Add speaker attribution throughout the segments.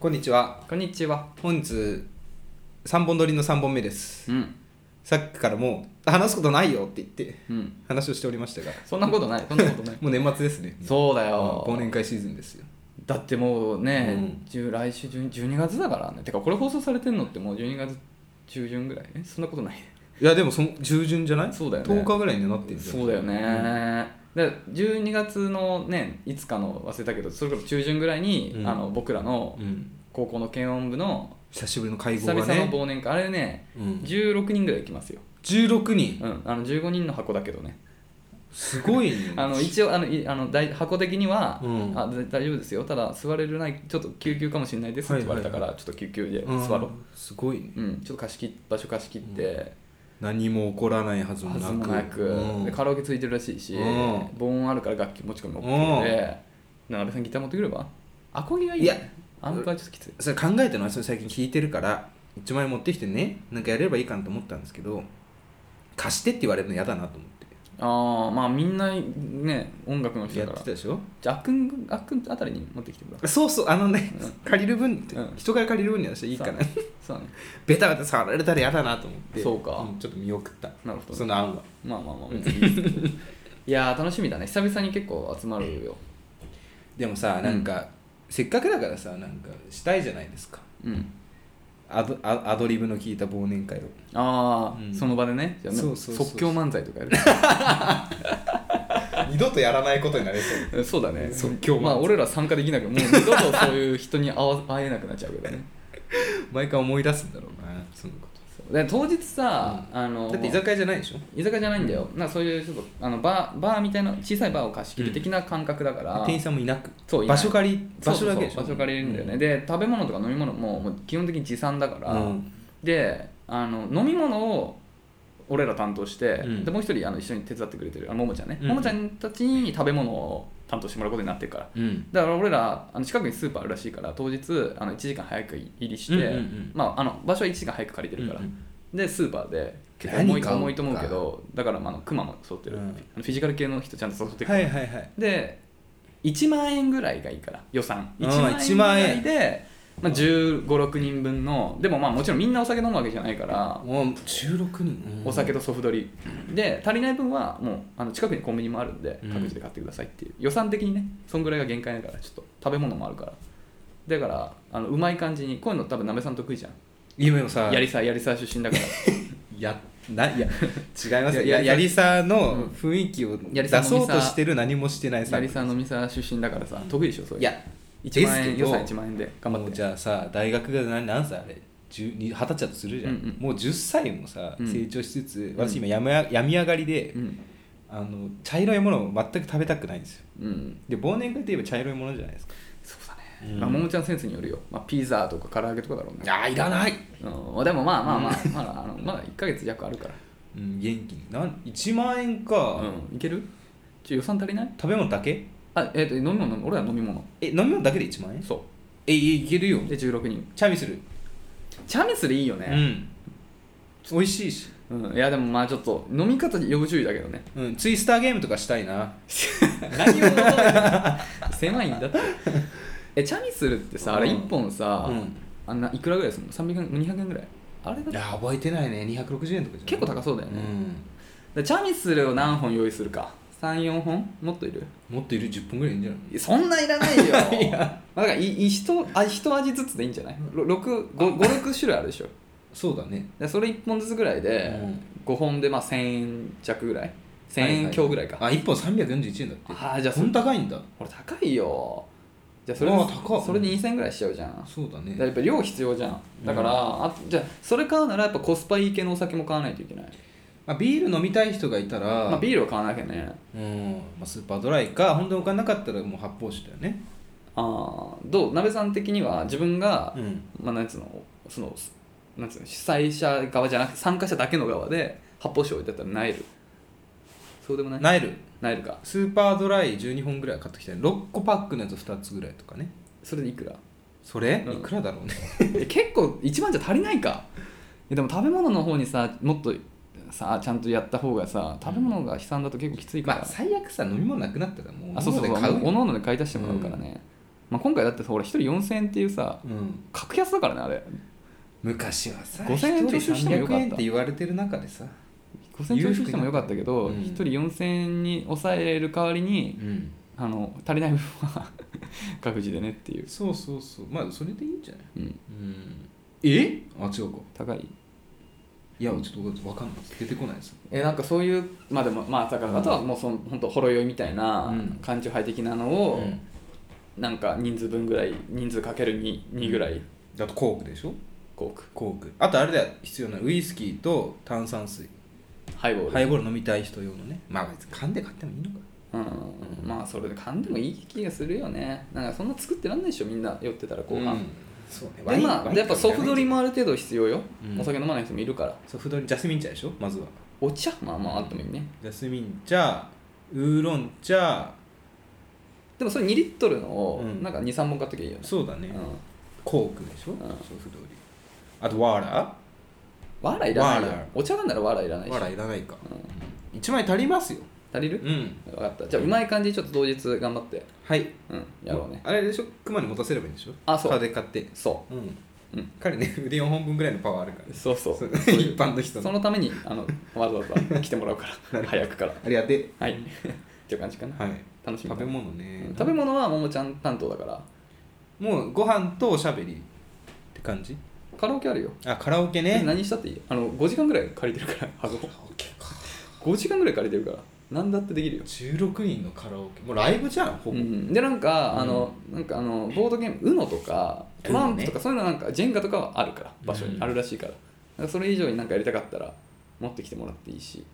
Speaker 1: こんにちは
Speaker 2: こんにちは。
Speaker 1: 本日3本撮りの3本目です
Speaker 2: うん。
Speaker 1: さっきからもう話すことないよって言って
Speaker 2: うん。
Speaker 1: 話をしておりましたが。
Speaker 2: そんなことない。そんなことない
Speaker 1: もう年末ですね
Speaker 2: そうだ
Speaker 1: うん
Speaker 2: よ。
Speaker 1: 忘年会シーズンですよ
Speaker 2: だってもう
Speaker 1: う
Speaker 2: ね
Speaker 1: ん、
Speaker 2: 十来週12 12月だからね。てかこれ放送されてんのってもう12月中旬ぐらい。えそんなことない。
Speaker 1: いやでもその従順じゃない
Speaker 2: そうだよね
Speaker 1: 10日ぐらいにはなってる
Speaker 2: そうだよね。で12月のねいつかの忘れたけどそれこそ中旬ぐらいに、
Speaker 1: うん
Speaker 2: あの僕らの
Speaker 1: うん
Speaker 2: 高校の検温部の
Speaker 1: 久しぶりの会合
Speaker 2: 久
Speaker 1: が
Speaker 2: 々の
Speaker 1: ね、
Speaker 2: 忘年会あれね
Speaker 1: うん、
Speaker 2: 16人ぐらい行きますよ、
Speaker 1: 16人
Speaker 2: うん、あの15人の箱だけどね
Speaker 1: すごいね
Speaker 2: あの一応あのいあの大箱的には、
Speaker 1: うん
Speaker 2: あだ大丈夫ですよただ座れるないちょっと救急かもしれないですって言われたから、
Speaker 1: はい
Speaker 2: ちょっと救急で
Speaker 1: うん
Speaker 2: 座ろう、
Speaker 1: すごいね
Speaker 2: うんちょっと貸し切っ場所貸し切って、
Speaker 1: 何も起こらないはずも
Speaker 2: は
Speaker 1: な
Speaker 2: ず
Speaker 1: く
Speaker 2: もなく、
Speaker 1: うん
Speaker 2: でカラオケついてるらしいし、
Speaker 1: うん
Speaker 2: 防音あるから楽器持ち込み OK で、な安倍さんギター持ってくればアコギがいい,、
Speaker 1: いや
Speaker 2: アンプはちょっときつい、
Speaker 1: それ考えたのはそれ最近聞いてるから1万円持ってきてねなんかやればいいかなと思ったんですけど貸してって言われるの嫌だなと思っ
Speaker 2: ああまあみんなね音楽の
Speaker 1: て
Speaker 2: 人
Speaker 1: や
Speaker 2: だ
Speaker 1: っ
Speaker 2: か
Speaker 1: て
Speaker 2: ら
Speaker 1: たでしょ
Speaker 2: じゃああっくんあっくんあたりに持ってきてもらう
Speaker 1: そうそうあのね、借りる分って、
Speaker 2: うん
Speaker 1: 人から借りる分にはしていいかな
Speaker 2: そうだね
Speaker 1: ベタベタ触られたら嫌だなと思って
Speaker 2: そうか
Speaker 1: んちょっと見送った
Speaker 2: なるほどね
Speaker 1: その案は
Speaker 2: まあまあまあ別にいいですけど いやー楽しみだね久々に結構集まるよ
Speaker 1: でもさなんか、せっかくだからさなんかしたいじゃないですか
Speaker 2: うん
Speaker 1: アドアアドリブの効いた忘年会を
Speaker 2: ああ、
Speaker 1: うん
Speaker 2: その場でねじゃあね
Speaker 1: そうそうそう
Speaker 2: 即興漫才とかや
Speaker 1: 二度とやらないことになりそう
Speaker 2: る そうだね
Speaker 1: 即興漫才
Speaker 2: まあ俺ら参加できなくもう二度とそういう人に会わ会えなくなっちゃうけどね
Speaker 1: 毎回思い出すんだろうなそのこ
Speaker 2: そうで当日さ、あの
Speaker 1: とだって居酒屋じゃないでしょ
Speaker 2: 居酒屋じゃないんだよ、なんかそういうちょっとあのバーバーみたいな小さいバーを貸し切る的な感覚だから、
Speaker 1: 店員さんもいなく
Speaker 2: そういな
Speaker 1: 場
Speaker 2: い
Speaker 1: 所借り場所だけでしょ
Speaker 2: そうそうそう場所借りれるんだよね、で食べ物とか飲み物ももう基本的に持参だから、
Speaker 1: うん
Speaker 2: であの飲み物を俺ら担当して、
Speaker 1: うん
Speaker 2: でもう一人あの一緒に手伝ってくれてるあのももちゃんね、
Speaker 1: うん
Speaker 2: ももちゃんたちに食べ物を担当してもらうことになってるから
Speaker 1: うん
Speaker 2: だから俺らあの近くにスーパーあるらしいから当日あの1時間早く入りして、
Speaker 1: うんうんうん
Speaker 2: まあ、あの場所は1時間早く借りてるから、
Speaker 1: うんうん
Speaker 2: でスーパーで結構
Speaker 1: 何
Speaker 2: 重い
Speaker 1: 買おうか
Speaker 2: 重いと思うけどだからまああのクマも揃ってる、
Speaker 1: うん
Speaker 2: あのフィジカル系の人ちゃんと揃ってるから
Speaker 1: はいはいはい
Speaker 2: で1万円ぐらいがいいから予算
Speaker 1: うん
Speaker 2: 1万円ぐらいで、まあ、1 5六6人分のでもまあもちろんみんなお酒飲むわけじゃないから、
Speaker 1: もう16人、
Speaker 2: お酒
Speaker 1: と
Speaker 2: とソフトリで足りない分はもうあの近くにコンビニもあるんで
Speaker 1: うん
Speaker 2: 各自で買ってくださいっていう、予算的にねそんぐらいが限界だからちょっと食べ物もあるからだからあのうまい感じにこういうの多分なべさん得意じゃん、
Speaker 1: 夢もさ
Speaker 2: やりさやりさ出身だから
Speaker 1: やないや違いますよ
Speaker 2: いや
Speaker 1: ややりさ
Speaker 2: うん
Speaker 1: の雰囲気を出
Speaker 2: やりさ
Speaker 1: そうとしてる何もしてないさ
Speaker 2: やりさ飲みさ出身だからさ得意でしょそういう
Speaker 1: いや
Speaker 2: 1万円
Speaker 1: ですけど
Speaker 2: 予算1万円で頑張
Speaker 1: も
Speaker 2: っ
Speaker 1: う
Speaker 2: て
Speaker 1: じゃあさ大学が何何歳あれ10に二十歳だとするじゃん、
Speaker 2: うんうん
Speaker 1: もう10歳もさ
Speaker 2: うん
Speaker 1: 成長しつつ、私今病みや病み上がりで、
Speaker 2: うん
Speaker 1: あの茶色いものを全く食べたくないんですよ
Speaker 2: うん
Speaker 1: で忘年会といえば茶色いものじゃないですか
Speaker 2: そうだね、
Speaker 1: うん
Speaker 2: まあ、ももちゃんセンスによるよ、まあ、ピザとか唐揚げとかだろうね
Speaker 1: あいらない、
Speaker 2: うん、でもまあまあまあ まだあのまだ1か月弱あるから
Speaker 1: うん、元気になん1万円か、
Speaker 2: うんいけるちょ予算足りない
Speaker 1: 食べ物だけ
Speaker 2: あえっ、と飲み物飲み俺ら飲み物
Speaker 1: え飲み物だけで1万円
Speaker 2: そ
Speaker 1: えいけるよ
Speaker 2: うで16人
Speaker 1: チャミする
Speaker 2: チャミスでいいよ
Speaker 1: う
Speaker 2: ね、
Speaker 1: ん美味しいし、
Speaker 2: うんいやでもまあちょっと飲み方に要注意だけど ね
Speaker 1: うん、ツイスターゲームとかしたいな
Speaker 2: 何を求めてる 狭いんだ ってえチャミスルってさあれ
Speaker 1: うん
Speaker 2: 1本さ、
Speaker 1: うん
Speaker 2: あんないくらぐらいするの300円200円ぐらいあれだ
Speaker 1: いや覚えてないね260円とかじゃん
Speaker 2: 結構高そうだよ
Speaker 1: う
Speaker 2: ね、
Speaker 1: ん
Speaker 2: でチャミスルを何本用意するか34本もっといる
Speaker 1: もっといる10分ぐらいいいんじゃない
Speaker 2: いやそんないらな いよまあだからいいひとあ一味ずつでいいんじゃない56種類あるでしょ
Speaker 1: そうだね
Speaker 2: でそれ1本ずつぐらいで、
Speaker 1: うん
Speaker 2: 5本でまあ1000円弱ぐらい1000円強ぐらいか、
Speaker 1: あ1本341円だって
Speaker 2: ああじゃあそ
Speaker 1: そ
Speaker 2: れ
Speaker 1: んな高いんだ
Speaker 2: これ高いよじゃあそれ
Speaker 1: うわ高っ
Speaker 2: それで2000円ぐらいしちゃうじゃんだか
Speaker 1: そうだね
Speaker 2: らやっぱ量必要じゃんだから、あとじゃあそれ買うならやっぱコスパいい系のお酒も買わないといけない
Speaker 1: まあ、ビール飲みたい人がいたら、
Speaker 2: まあビールは買わなきゃね
Speaker 1: うんまあ、スーパードライか本当にお金なかったらもう発泡酒だよね
Speaker 2: ああどう鍋さん的には自分が、
Speaker 1: ん
Speaker 2: まあ、なんつうのそのなんつうの主催者側じゃなくて参加者だけの側で発泡酒置いてあったらなえるそうでもない
Speaker 1: ナイル
Speaker 2: なえるか
Speaker 1: スーパードライ12本ぐらい買ってきたい6個パックのやつ2つぐらいとかね
Speaker 2: それでいくら
Speaker 1: それ、
Speaker 2: うん
Speaker 1: いくらだろうね
Speaker 2: え結構一番じゃ足りないかえでも食べ物の方にさもっとさちゃんとやった方がさ食べ物が 悲惨だと結構きついから、
Speaker 1: まあ最悪さ飲み物なくなったらもう
Speaker 2: あそうそうそう
Speaker 1: 飲み物で買う
Speaker 2: おのおので買い足してもらうからね、まあ、今回だってさほら1人4000円っていうさ
Speaker 1: うん、
Speaker 2: 格安だからねあれ
Speaker 1: 昔はさ
Speaker 2: 5000円徴収してもよかった
Speaker 1: 一人300円って言われてる中でさ、
Speaker 2: 5000円徴収してもよかったけ
Speaker 1: 裕
Speaker 2: ど、
Speaker 1: 福にな
Speaker 2: 1
Speaker 1: っ
Speaker 2: 人
Speaker 1: た
Speaker 2: 4000円に抑える代わりに
Speaker 1: うん、
Speaker 2: あの足りない分は 各自でねっていう、
Speaker 1: そうそうそうまあそれでいいんじゃない
Speaker 2: うん、
Speaker 1: うんえあ違うか
Speaker 2: 高い
Speaker 1: いやちょっと分かんないです出てこないです
Speaker 2: えなんかそういうまあでもまあだからあとはもうその本当ほろ酔いみたいな
Speaker 1: うん
Speaker 2: 感情派的なのを、
Speaker 1: うん
Speaker 2: なんか人数分ぐらい人数かける 2, 2ぐらい
Speaker 1: だとコークでしょ
Speaker 2: 5億
Speaker 1: コークあとあれだよ必要なのウイスキーと炭酸水
Speaker 2: ハイボール、
Speaker 1: ハイボール飲みたい人用のねまあ別に缶で買ってもいいのか
Speaker 2: うん、まあそれで勘でもいい気がするよねなんかそんな作ってらんないでしょみんな酔ってたら後
Speaker 1: う
Speaker 2: 半
Speaker 1: ん、そうね
Speaker 2: でまあやっぱソフドリもある程度必要よ、
Speaker 1: うん
Speaker 2: お酒飲まない人もいるから
Speaker 1: ソフドリジャスミン茶でしょまずは
Speaker 2: お茶まあまああってもいいね
Speaker 1: ジャスミン茶ウーロン茶
Speaker 2: でもそれ2リットルのを
Speaker 1: うん
Speaker 2: なんか23本買っときゃいいよね、
Speaker 1: そうだね、
Speaker 2: うん
Speaker 1: コークでしょ、
Speaker 2: ん
Speaker 1: ソフドリあとワーラ
Speaker 2: わらいらない
Speaker 1: わ
Speaker 2: よ
Speaker 1: ら
Speaker 2: お茶なんならわらいらな
Speaker 1: ー
Speaker 2: いし
Speaker 1: ワーラーいらないか、うん、1枚足りますよ
Speaker 2: 足り
Speaker 1: う
Speaker 2: る、
Speaker 1: ん
Speaker 2: 分かったじゃあうまい感じにちょっと同日頑張って
Speaker 1: はい
Speaker 2: うんやろうね
Speaker 1: あれでしょ熊に持たせればいいんでしょ
Speaker 2: あそう
Speaker 1: 顔で買って
Speaker 2: そ
Speaker 1: うん、
Speaker 2: うん
Speaker 1: 彼ね 腕4本分ぐらいのパワーあるから
Speaker 2: うそうそう
Speaker 1: そう
Speaker 2: そうい う
Speaker 1: 一般の人の
Speaker 2: そのためにあのわざわざ来てもら うから早くから
Speaker 1: ありがて
Speaker 2: はいっていう感じかな、
Speaker 1: はい
Speaker 2: 楽しみだ
Speaker 1: 食べ物ね
Speaker 2: うん食べ物はももちゃん担当だから
Speaker 1: もうご飯とおしゃべりって感じ
Speaker 2: カラオケあるよ
Speaker 1: あカラオケね
Speaker 2: 何したっていいあの5時間ぐらい借りてるから箱
Speaker 1: か
Speaker 2: 5時間ぐらい借りてるから何だってできるよ、
Speaker 1: 16人のカラオケもうライブじゃんほ
Speaker 2: う
Speaker 1: ぼ、
Speaker 2: ん、でなんか、
Speaker 1: うん
Speaker 2: あのなんかあのボードゲーム UNO とかトランプとか、そういうのなんかジェンガとかはあるから場所に
Speaker 1: うん
Speaker 2: あるらしいから,、それ以上になんかやりたかったら持ってきてもらっていいし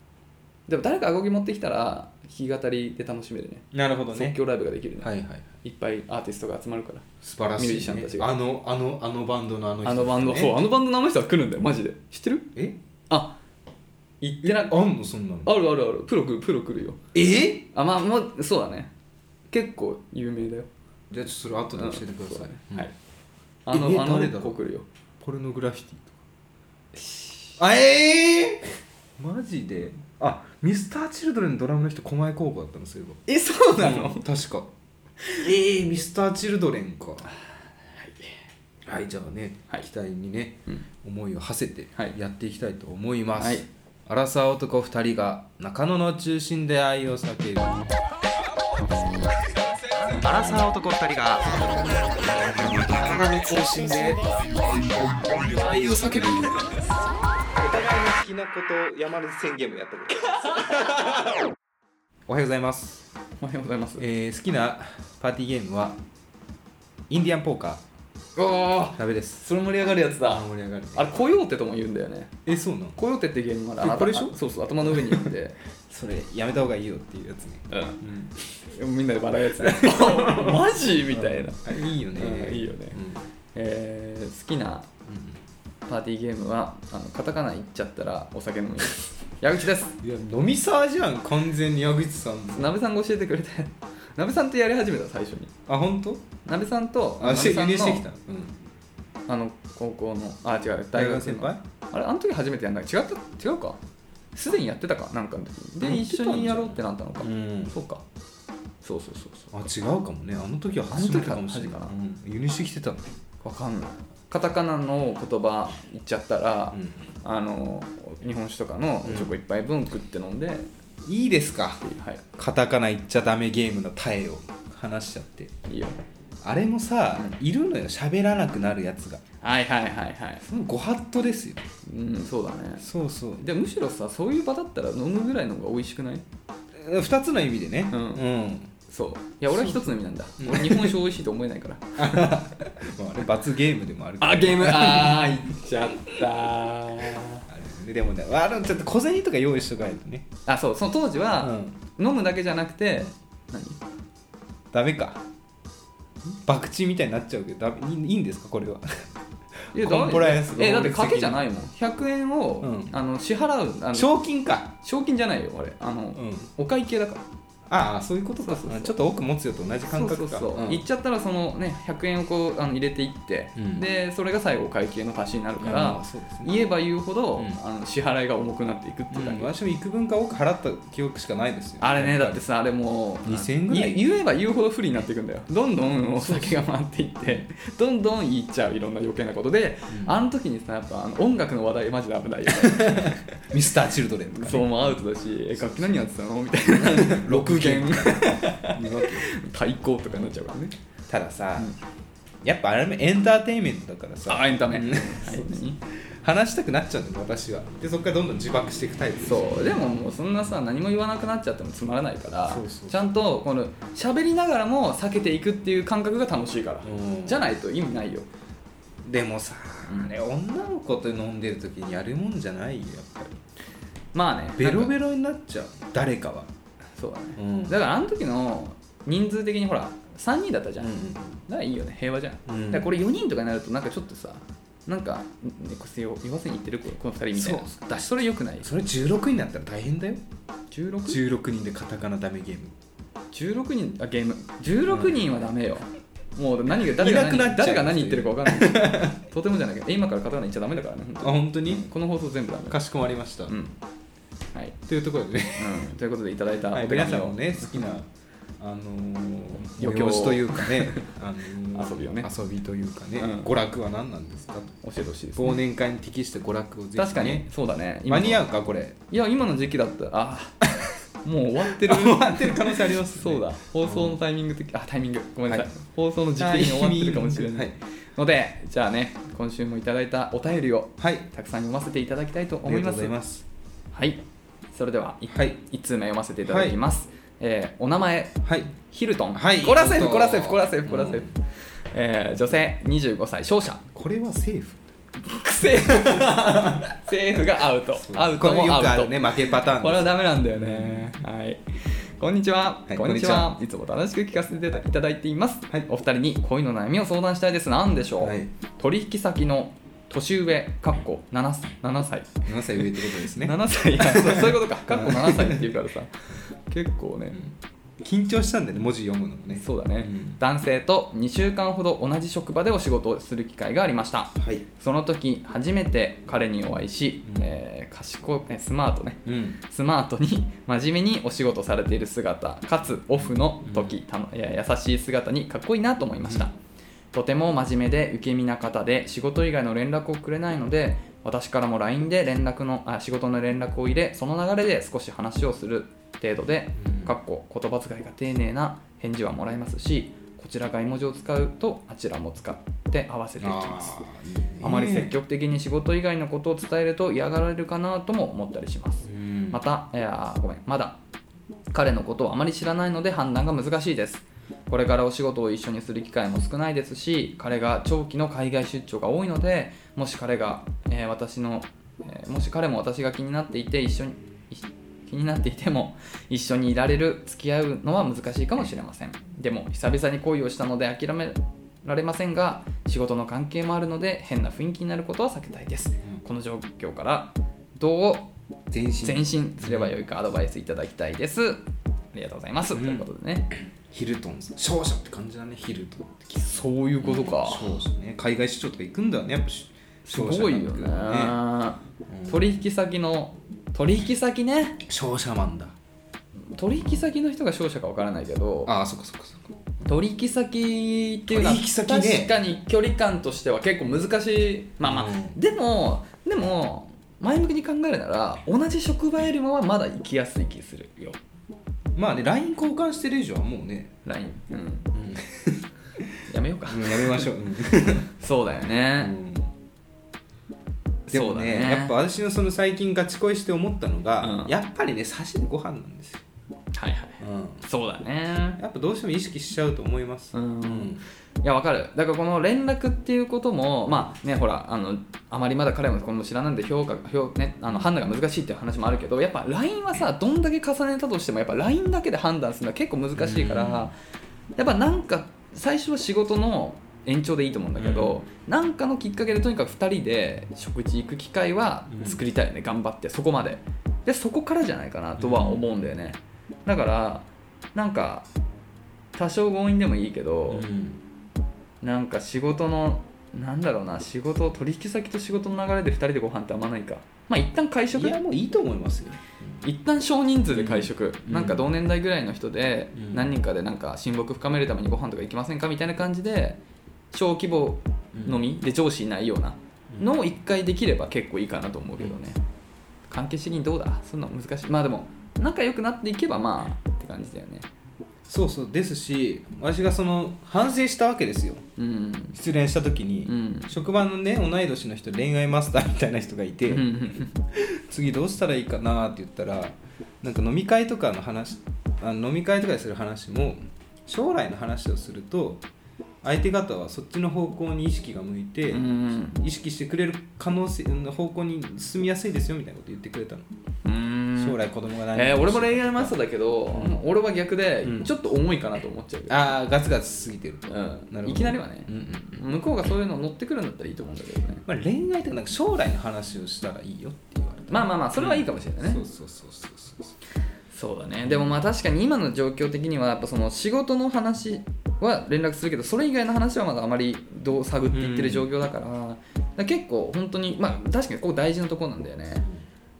Speaker 2: でも誰かアゴギ持ってきたら弾き語りで楽しめるね
Speaker 1: なるほど
Speaker 2: 即
Speaker 1: ね
Speaker 2: 興ライブができるね、
Speaker 1: はいはい
Speaker 2: いっぱいアーティストが集まるから
Speaker 1: 素晴らしい、ね、
Speaker 2: ミュージシャンたちが
Speaker 1: あのあのあのバンドのあの人
Speaker 2: あのバンド、
Speaker 1: ね
Speaker 2: そうあのバンドのあの人は来るんだよマジで知ってる
Speaker 1: え
Speaker 2: あ
Speaker 1: 言って
Speaker 2: な
Speaker 1: あんのそんなの
Speaker 2: あるあるあるプロ来るプロ来るよ
Speaker 1: え
Speaker 2: あまあもうそうだね結構有名だよ
Speaker 1: じゃあちょっとそれ後で教えてください、
Speaker 2: うんそうだねはい
Speaker 1: うん
Speaker 2: あの
Speaker 1: え
Speaker 2: あの
Speaker 1: 誰だろう
Speaker 2: 子来るよ
Speaker 1: ポルノグラフィティとかあええマジであミスターチルドレンのドラムの人狛江高校だったのそういえば
Speaker 2: えそう
Speaker 1: うん確かええミスターチルドレンかはい、じゃあね、
Speaker 2: はい
Speaker 1: 期待にね、
Speaker 2: うん
Speaker 1: 思いを馳せて
Speaker 2: はい
Speaker 1: やっていきたいと思います、
Speaker 2: はい
Speaker 1: アラサー男2人が中野の中心で愛を叫ぶアラサー男2人が中野の中心で愛を叫ぶお互いの好きなことを山根宣言もやったこと おはようございます
Speaker 2: おはようございます
Speaker 1: えー好きなパーティーゲームはインディアンポーカ
Speaker 2: おお
Speaker 1: ーダメです
Speaker 2: それ盛り上がるやつだ
Speaker 1: 盛り上がる
Speaker 2: あれコヨーテとも言うんだよね
Speaker 1: えそうなの
Speaker 2: コヨーテってゲームがあ
Speaker 1: え
Speaker 2: る
Speaker 1: これでしょ
Speaker 2: あそうそう頭の上にいて
Speaker 1: それやめた方がいいよっていうやつね
Speaker 2: う
Speaker 1: うん
Speaker 2: んみんなで笑うやつ マジみたいな
Speaker 1: あいいよね
Speaker 2: うんいいよね
Speaker 1: うん
Speaker 2: えー好きなパーティーゲームはあのカタカナ言っちゃったらお酒飲みます矢口です
Speaker 1: いや飲みサーじゃん完全に矢口さん
Speaker 2: なべさんが教えてくれて なべさんとやり始めた最初に
Speaker 1: あ本当？
Speaker 2: なべさんと
Speaker 1: あ
Speaker 2: なべ
Speaker 1: し
Speaker 2: さ
Speaker 1: 入
Speaker 2: ん
Speaker 1: れしてきた
Speaker 2: の
Speaker 1: うん
Speaker 2: あの高校のあ違う
Speaker 1: 大
Speaker 2: 大
Speaker 1: 学
Speaker 2: 学の
Speaker 1: 先輩
Speaker 2: あれあの時初めてやんない違った違うかすでにやってたかなんかの時に
Speaker 1: やっ
Speaker 2: で
Speaker 1: てたんじゃ
Speaker 2: 一緒
Speaker 1: ない
Speaker 2: にやろうってなったのか、
Speaker 1: ん
Speaker 2: そうかそうそうそうそ
Speaker 1: あ違うかもねあの時は初めてかもしれな
Speaker 2: あ
Speaker 1: い
Speaker 2: の時は初
Speaker 1: うん輸入してきてたの
Speaker 2: うわかんないカタカナの言葉言っちゃったら、あの日本酒とかのチョコ一杯分食って飲んで、
Speaker 1: いいですか
Speaker 2: はい
Speaker 1: カタカナ言っちゃダメゲームの耐えを話しちゃって
Speaker 2: いいよ
Speaker 1: あれもさ
Speaker 2: うん
Speaker 1: いるのよ喋らなくなるやつが
Speaker 2: はいはいはいはい
Speaker 1: そのご法度ですよ
Speaker 2: うんそうだね
Speaker 1: そうそう
Speaker 2: でむしろさそういう場だったら飲むぐらいの方が美味しくない
Speaker 1: 2つの意味でね
Speaker 2: うんそういや俺は一つの意味なんだ
Speaker 1: そう
Speaker 2: 俺日本酒美味しいと思えないから
Speaker 1: まあ、あれ罰ゲームでもあるけど
Speaker 2: あゲームああいっちゃった
Speaker 1: あれねでもねあのちょっと小銭とか用意しとかないとね
Speaker 2: あそうその当時
Speaker 1: う
Speaker 2: は、
Speaker 1: ん
Speaker 2: 飲むだけじゃなくて何
Speaker 1: ダメか博打みたいになっちゃうけどダメいいいいんですかこれは
Speaker 2: いや
Speaker 1: コンプライアンス
Speaker 2: だえだって賭けじゃないもん100円を、
Speaker 1: うん
Speaker 2: あの支払うあの
Speaker 1: 賞金か
Speaker 2: 賞金じゃないよあれあの、
Speaker 1: うん
Speaker 2: お会計だから
Speaker 1: ああそういうことか
Speaker 2: そうそうそう
Speaker 1: ちょっと奥持つよと同じ感覚か
Speaker 2: そうそうそう、
Speaker 1: ん
Speaker 2: 行っちゃったらそのね100円をこうあの入れていって、
Speaker 1: うん
Speaker 2: でそれが最後お会計の足しになる
Speaker 1: い
Speaker 2: か
Speaker 1: やま
Speaker 2: ら
Speaker 1: あ、そうですね
Speaker 2: 言えば言うほど、
Speaker 1: うん
Speaker 2: あの支払いが重くなっていくってい
Speaker 1: う
Speaker 2: う感
Speaker 1: ん
Speaker 2: じ、
Speaker 1: 私も幾分か多く払った記憶しかないですよ
Speaker 2: あれねだってさあれもう
Speaker 1: 2000円ぐらい
Speaker 2: 言言えば言うほど不利になっていくんだよどんどんお酒が回っていって どんどん言っちゃういろんな余計なことで、
Speaker 1: うん
Speaker 2: あの時にさやっぱあの音楽の話題マジで危ないよね
Speaker 1: ミスター・チルドレ ンとかね
Speaker 2: そうもアウトだしえ楽器何やってたのみたいな
Speaker 1: 六弦
Speaker 2: 六弦対抗とかになっちゃうからね
Speaker 1: たださ、
Speaker 2: うん
Speaker 1: やっぱあれもエンターテインメントだから
Speaker 2: あ
Speaker 1: さ
Speaker 2: エンタメ、
Speaker 1: うん
Speaker 2: はい
Speaker 1: そう話したくなっちゃうんだよ私はでそこからどんどん自爆していくタイプ
Speaker 2: そうでももうそんなさ何も言わなくなっちゃってもつまらないから
Speaker 1: そうそう
Speaker 2: ちゃんとこの喋りながらも避けていくっていう感覚が楽しいから、
Speaker 1: うん
Speaker 2: じゃないと意味ないよ
Speaker 1: でもさ
Speaker 2: うん
Speaker 1: あれ女の子と飲んでる時にやるもんじゃないよやっぱり
Speaker 2: まあね
Speaker 1: ベロベ
Speaker 2: ロ
Speaker 1: ロになっちゃう誰かは
Speaker 2: そうだね、
Speaker 1: うん
Speaker 2: だからあの時の人数的にほら3人だったじゃん、だからいいよね平和じゃん、
Speaker 1: うん
Speaker 2: だからこれ4人とかになるとなんかちょっとさなんか、ね、これ言わせに言ってるこの2人みたいな
Speaker 1: そ
Speaker 2: だしそれよくない
Speaker 1: それ16になったら大変だよ
Speaker 2: 16?16
Speaker 1: 16人でカタカナダメゲーム
Speaker 2: 人あゲーム16人はダメよ、もう何が誰が
Speaker 1: いなくな
Speaker 2: 何
Speaker 1: っちゃう
Speaker 2: 誰が何言ってるか分かんないとてもじゃないけどえ今から刀言っちゃダメだからね本
Speaker 1: あ
Speaker 2: 当に
Speaker 1: 本当に
Speaker 2: この放送全部ダメ
Speaker 1: かしこまりました、
Speaker 2: うんはい、
Speaker 1: というところでね、
Speaker 2: うん、ということでいただいた
Speaker 1: はい、
Speaker 2: お手紙を
Speaker 1: 皆さんもね好きなあのー、
Speaker 2: 余興
Speaker 1: 催しというかね、 あのー
Speaker 2: 遊びをね
Speaker 1: 遊びというかね、
Speaker 2: うん
Speaker 1: 娯楽は何なんですかと
Speaker 2: 教えてほしいです、
Speaker 1: 忘
Speaker 2: ね、
Speaker 1: 年会に適した娯楽をぜひ、ね、
Speaker 2: 確かにそうだね今
Speaker 1: 間
Speaker 2: の
Speaker 1: に合うかこれ
Speaker 2: いや今の時期だった らあもう終わってる
Speaker 1: 終わってる可能性ありますね
Speaker 2: そうだ放送のタイミング的あタイミングごめんなさい、
Speaker 1: はい
Speaker 2: 放送の時期に終わってるかもしれな
Speaker 1: はいい、
Speaker 2: のでじゃあね今週もいただいたお便りを
Speaker 1: はい、
Speaker 2: たくさん読ませていただきたいと
Speaker 1: あり
Speaker 2: 思
Speaker 1: がとう
Speaker 2: いま
Speaker 1: ご
Speaker 2: す
Speaker 1: ざいます
Speaker 2: はいそれでは 1,
Speaker 1: はい
Speaker 2: 通目読ませていただきます、えーお名前
Speaker 1: はい
Speaker 2: ヒルトン、
Speaker 1: はい
Speaker 2: コラセー
Speaker 1: ヒルト
Speaker 2: フ
Speaker 1: ン
Speaker 2: コラセーフコラセーフコラセーフ、
Speaker 1: うん
Speaker 2: えー女性25歳勝 者
Speaker 1: これはセーフ
Speaker 2: くせえセーフがアウトアウト
Speaker 1: これ
Speaker 2: も
Speaker 1: よ
Speaker 2: アウ
Speaker 1: くあ
Speaker 2: ト
Speaker 1: るね負けパターン
Speaker 2: これは
Speaker 1: です
Speaker 2: ダメなんだよね。はい。こんにちは。
Speaker 1: はい
Speaker 2: こんにち
Speaker 1: こ
Speaker 2: は
Speaker 1: ん。
Speaker 2: いつも楽しく聞かせていただいています。
Speaker 1: はい
Speaker 2: お二人に恋の悩みを相談したいです。なんでしょう。
Speaker 1: はい
Speaker 2: 取引先の年上かっこ 7, 7歳。
Speaker 1: 7歳上ってことですね
Speaker 2: 7歳 やそうそういうことか。かっこ7歳っていうからさ。結構ね。
Speaker 1: 緊張したんだよね文字読むのもね
Speaker 2: そうだね、
Speaker 1: うん
Speaker 2: 男性と2週間ほど同じ職場でお仕事をする機会がありました
Speaker 1: はい
Speaker 2: その時初めて彼にお会いし、
Speaker 1: うん
Speaker 2: えー賢いえスマートね
Speaker 1: うん
Speaker 2: スマートに真面目にお仕事されている姿かつオフの時、たのいや優しい姿にかっこいいなと思いました、
Speaker 1: うん
Speaker 2: とても真面目で受け身な方で仕事以外の連絡をくれないので私からも LINE で連絡のあ仕事の連絡を入れその流れで少し話をする程度で、
Speaker 1: うん
Speaker 2: かっこ言葉遣いが丁寧な返事はもらえますしこちらが絵文字を使うとあちらも使って合わせていきます
Speaker 1: あーいいね
Speaker 2: あまり積極的に仕事以外のことを伝えると嫌がられるかなとも思ったりします
Speaker 1: うん
Speaker 2: また、いやーごめんまだ彼のことをあまり知らないので判断が難しいですこれからお仕事を一緒にする機会も少ないですし彼が長期の海外出張が多いのでもし彼が、えー私の、えーもし彼も私が気になっていて一緒にい気になっていても 一緒にいられる付き合うのは難しいかもしれませんでも久々に恋をしたので諦められませんが仕事の関係もあるので変な雰囲気になることは避けたいですこの状況からどう
Speaker 1: 全身
Speaker 2: 前進すればよいかアドバイスいただきたいですありがとうございます、
Speaker 1: うん
Speaker 2: ということでね
Speaker 1: ヒルトンさん勝者って感じだねヒルトンって
Speaker 2: そういうことか、
Speaker 1: 勝者ね海外出張とか行くんだよねやっぱし
Speaker 2: すごいよ
Speaker 1: 勝者
Speaker 2: ね
Speaker 1: なんだうん
Speaker 2: 取引先の取引先ね
Speaker 1: けどね勝者マンだ
Speaker 2: 取引先の人が勝者かわからないけど
Speaker 1: ああそっかそっかそっか
Speaker 2: 取引先っていうのは
Speaker 1: 取引先ね
Speaker 2: 確かに距離感としては結構難しいまあまあ、
Speaker 1: うん
Speaker 2: でもでも前向きに考えるなら同じ職場よりもはまだ行きやすい気するよ
Speaker 1: まあね LINE 交換してる以上はもうね
Speaker 2: LINE うん
Speaker 1: うん
Speaker 2: やめようか、
Speaker 1: うんやめましょううん
Speaker 2: そうだよね、
Speaker 1: でも
Speaker 2: そうだ
Speaker 1: ね
Speaker 2: ね
Speaker 1: やっぱ私のその最近ガチ恋して思ったのが、
Speaker 2: うん
Speaker 1: やっぱりね刺しでご飯なんですよ、
Speaker 2: はいはいそうだね
Speaker 1: やっぱどうしても意識しちゃうと思います
Speaker 2: うん
Speaker 1: うん
Speaker 2: いやわかるだからこの連絡っていうこともまあねほらあのあまりまだ彼もこの知らないんで評価評、ね、あの判断が難しいっていう話もあるけどやっぱ LINE はさどんだけ重ねたとしてもやっぱ LINE だけで判断するのは結構難しいから、
Speaker 1: うん
Speaker 2: やっぱなんか最初は仕事の延長でいいと思うんだけど、なんかのきっかけでとにかく2人で食事行く機会は作りたいよね、頑張ってそこまででそこからじゃないかなとは思うんだよね、だからなんか多少強引でもいいけ
Speaker 1: う
Speaker 2: ど、
Speaker 1: ん
Speaker 2: なんか仕事のなんだろうな仕事取引先と仕事の流れで2人でご飯ってあんまないかまあ一旦会食
Speaker 1: いやもういいと思いますよ
Speaker 2: 一旦少人数で会食、
Speaker 1: うん
Speaker 2: なんか同年代ぐらいの人で
Speaker 1: うん
Speaker 2: 何人かでなんか親睦深めるためにご飯とか行きませんかみたいな感じで小規模のみで上司いないようなのを1回できれば結構いいかなと思うけどね関係主義どうだそんなの難しいまあでも仲良くなっていけばまあって感じだよね
Speaker 1: そうそうですし私がその反省したわけですよ
Speaker 2: うん
Speaker 1: 失恋した時
Speaker 2: う
Speaker 1: に、
Speaker 2: ん
Speaker 1: 職場のね同い年の人恋愛マスターみたいな人がいて、
Speaker 2: うん
Speaker 1: 次どうしたらいいかなって言ったらなんか飲み会とかの話あの飲み会とかでする話も将来の話をすると相手方はそっちの方向に意識が向いて、
Speaker 2: うん
Speaker 1: 意識してくれる可能性の方向に進みやすいですよみたいなこと言ってくれたの、
Speaker 2: うん
Speaker 1: 将来子供が何人
Speaker 2: えー俺も恋愛マスターだけど、
Speaker 1: うん
Speaker 2: 俺は逆で
Speaker 1: うん
Speaker 2: ちょっと重いかなと思っちゃうけど、
Speaker 1: ああガツガツ過ぎてると、
Speaker 2: うん
Speaker 1: なるほど
Speaker 2: いきなりはね
Speaker 1: うんうんうん
Speaker 2: 向こうがそういうの乗ってくるんだったらいいと思うんだけどね
Speaker 1: まあ、恋愛とかなんか将来の話をしたらいいよって言われた
Speaker 2: まあまあまあそれはいいかもしれないね、
Speaker 1: そうそうそうそうそう
Speaker 2: そうだねでもまあ確かに今の状況的にはやっぱその仕事の話は連絡するけどそれ以外の話はまだあまりどう探っていってる状況だから,、だから結構本当にまあ確かにここ大事なところなんだよね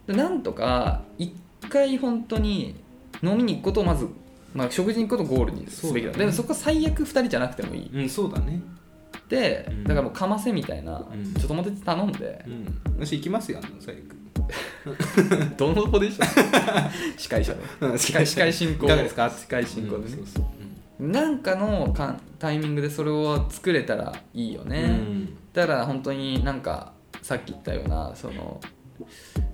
Speaker 2: でなんとか一回本当に飲みに行くことをまず、まあ、食事に行くことをゴールにすべきだ
Speaker 1: そうだね
Speaker 2: でもそこは最悪2人じゃなくてもいい
Speaker 1: うん、そうだね
Speaker 2: で
Speaker 1: うん
Speaker 2: だからもうかませみたいな、
Speaker 1: うん
Speaker 2: ちょっと待って頼 んで
Speaker 1: うん私行きますよあの最悪
Speaker 2: どのポジション 司会者の司会司会進行
Speaker 1: いかがですか
Speaker 2: 司会進行でね、
Speaker 1: うんそうそう
Speaker 2: なんかのかんタイミングでそれを作れたらいいよね、
Speaker 1: うん
Speaker 2: だから本当になんかさっき言ったようなその